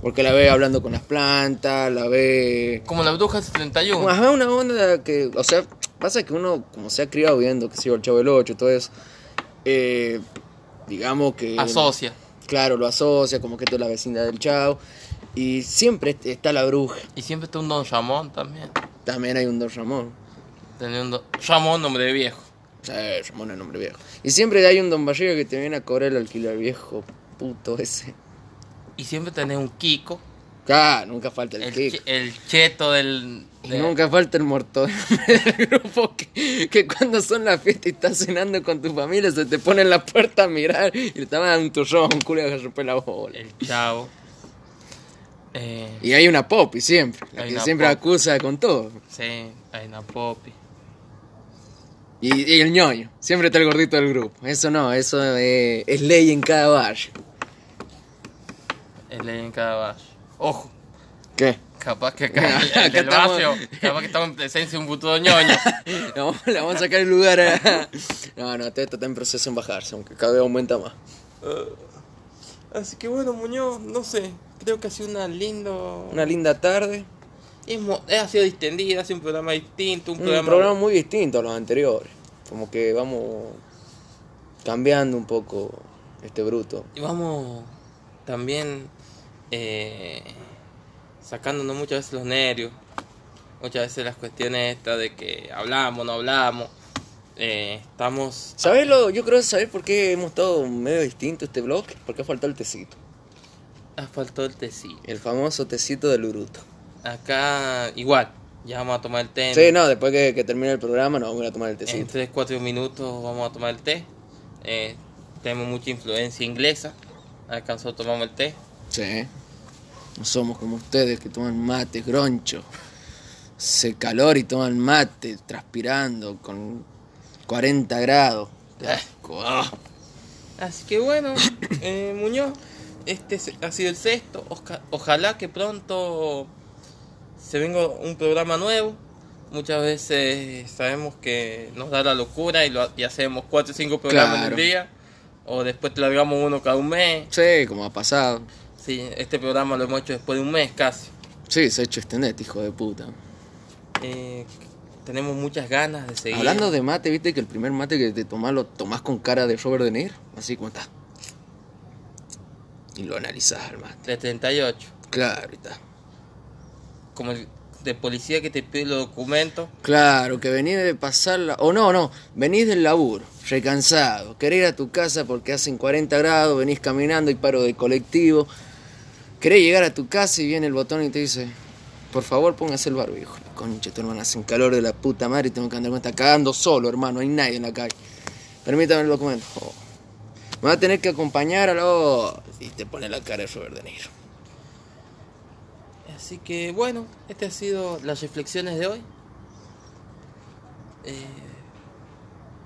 Speaker 2: Porque la ve hablando con las plantas, la ve...
Speaker 3: Como la bruja del 71.
Speaker 2: Ajá, una onda que, o sea, pasa que uno, como se ha criado viendo, que sigo el chavo del 8, todo eso, eh, digamos que...
Speaker 3: Asocia.
Speaker 2: Claro, lo asocia, como que esto es la vecindad del chavo. Y siempre est- está la bruja.
Speaker 3: Y siempre está un Don Ramón también.
Speaker 2: También hay un Don Ramón.
Speaker 3: Tenía un Don Ramón, nombre de viejo.
Speaker 2: O sea, eh, Ramón es nombre viejo. Y siempre hay un Don Vallega que te viene a cobrar el alquiler viejo puto ese.
Speaker 3: Y siempre tenés un Kiko.
Speaker 2: Claro, nunca falta el,
Speaker 3: El,
Speaker 2: Kiko.
Speaker 3: che- el cheto del.
Speaker 2: Y
Speaker 3: de-
Speaker 2: nunca falta el muerto del grupo que, que cuando son las fiestas y estás cenando con tu familia se te pone en la puerta a mirar y te van a dar un turrón, un culo que rompe la bola.
Speaker 3: El chavo. Eh,
Speaker 2: Y hay una popi siempre, la
Speaker 3: Hay
Speaker 2: que
Speaker 3: una
Speaker 2: siempre
Speaker 3: popi.
Speaker 2: acusa con todo.
Speaker 3: sí, hay una popi.
Speaker 2: Y, y el ñoño, siempre está el gordito del grupo. Eso no, eso eh, es ley en cada barrio.
Speaker 3: El ley en cada barrio. Ojo,
Speaker 2: ¿Qué?
Speaker 3: capaz que acá, en el- en
Speaker 2: Acá
Speaker 3: el
Speaker 2: estamos-
Speaker 3: barrio, capaz que estamos en presencia de un puto ñoño.
Speaker 2: Le vamos, le vamos a sacar el lugar a... No, no, todo esto está en proceso en bajarse, aunque cada vez aumenta más.
Speaker 3: Así que bueno, Muñoz, no sé. Creo que ha sido una lindo.
Speaker 2: Una linda tarde,
Speaker 3: ha sido distendida, ha sido un programa distinto, un
Speaker 2: un
Speaker 3: programa.
Speaker 2: programa muy distinto a los anteriores. Como que vamos cambiando un poco este bruto.
Speaker 3: Y vamos también eh, sacándonos muchas veces los nervios, muchas veces las cuestiones estas de que hablamos, no hablamos, eh, estamos...
Speaker 2: ¿Sabes lo? Yo creo saber por qué hemos estado medio distinto este bloque. Porque ha faltado el tecito.
Speaker 3: Ah, faltó el tecito.
Speaker 2: El famoso tecito del uruto.
Speaker 3: Acá igual, ya vamos a tomar el té. en-
Speaker 2: Sí, no, después que, que termine el programa nos vamos a ir a tomar el
Speaker 3: En
Speaker 2: tecito.
Speaker 3: 3, 4 minutos vamos a tomar el té. Eh, tenemos mucha influencia inglesa. Alcanzó, tomamos el té.
Speaker 2: Sí. No somos como ustedes que toman mate, groncho. Se calor y toman mate, transpirando con 40 grados. Qué asco, ah.
Speaker 3: Así que bueno, eh, Muñoz, este se- ha sido el sexto. Osca- ojalá que pronto se venga un programa nuevo. Muchas veces sabemos que nos da la locura y, lo ha- y hacemos cuatro o cinco programas en
Speaker 2: Claro.
Speaker 3: un día. O después te largamos uno cada un mes.
Speaker 2: Sí, como ha pasado.
Speaker 3: Sí, este programa lo hemos hecho después de un mes casi.
Speaker 2: Sí, se ha hecho extender, este hijo de puta.
Speaker 3: Eh, tenemos muchas ganas de seguir.
Speaker 2: Hablando de mate, viste que el primer mate que te tomás lo tomás con cara de Robert De Niro, así como está. Y lo analizás al mate.
Speaker 3: De 38.
Speaker 2: Claro, y está.
Speaker 3: Como el de policía que te pide los documentos.
Speaker 2: Claro, que venís de pasarla. O no, no, venís del laburo, recansado. Querés ir a tu casa porque hacen 40 grados, venís caminando y paro de colectivo. Querés llegar a tu casa y viene el botón y te dice: Por favor, póngase el barbijo. La Concha, tu hermano hace un calor de la puta madre y tengo que andar con esta cagando solo, hermano. No hay nadie en la calle. Permítame el documento. Oh. Me va a tener que acompañar a lo. Y te pone la cara de Robert De Niro.
Speaker 3: Así que bueno, este ha sido las reflexiones de hoy. Eh,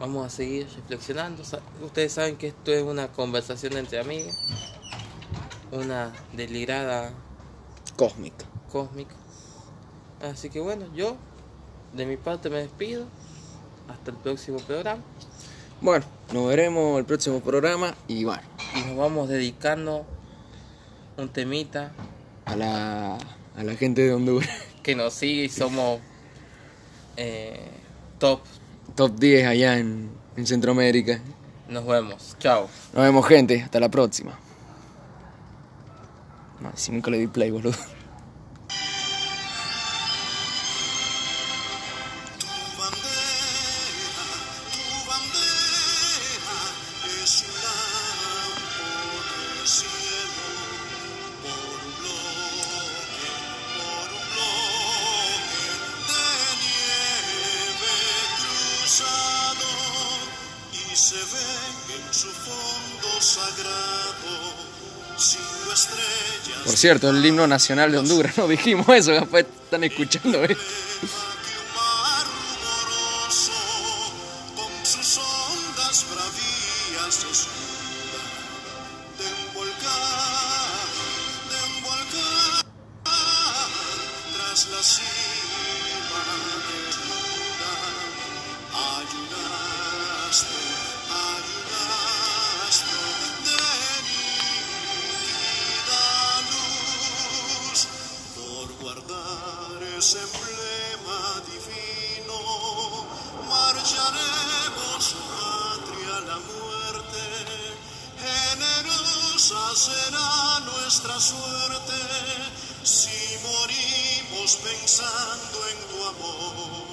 Speaker 3: vamos a seguir reflexionando. Sa- Ustedes saben que esto es una conversación entre amigos, una delirada
Speaker 2: Cósmica.
Speaker 3: cósmica. Así que bueno, yo de mi parte me despido. Hasta el próximo programa.
Speaker 2: Bueno, nos veremos el próximo programa y bueno.
Speaker 3: Y nos vamos dedicando un temita
Speaker 2: a la, a la gente de Honduras.
Speaker 3: que nos sigue y somos eh, top.
Speaker 2: Top 10 allá en, en Centroamérica.
Speaker 3: Nos vemos. Chao.
Speaker 2: Nos vemos, gente. Hasta la próxima. No, si nunca le di play, boludo.
Speaker 1: bandera, tu
Speaker 4: su fondo sagrado, cinco estrellas.
Speaker 2: Por cierto, el himno nacional de Honduras, no dijimos eso, después están escuchando ¿eh? esto.
Speaker 4: que un mar rumoroso con sus ondas bravías se escuda de un volcán, de un volcán tras la cima de Buda. Hay un astro, hay un astro de la luz por guardar ese emblema divino. Marcharemos su patria a la muerte, generosa será nuestra suerte si morimos pensando en tu amor.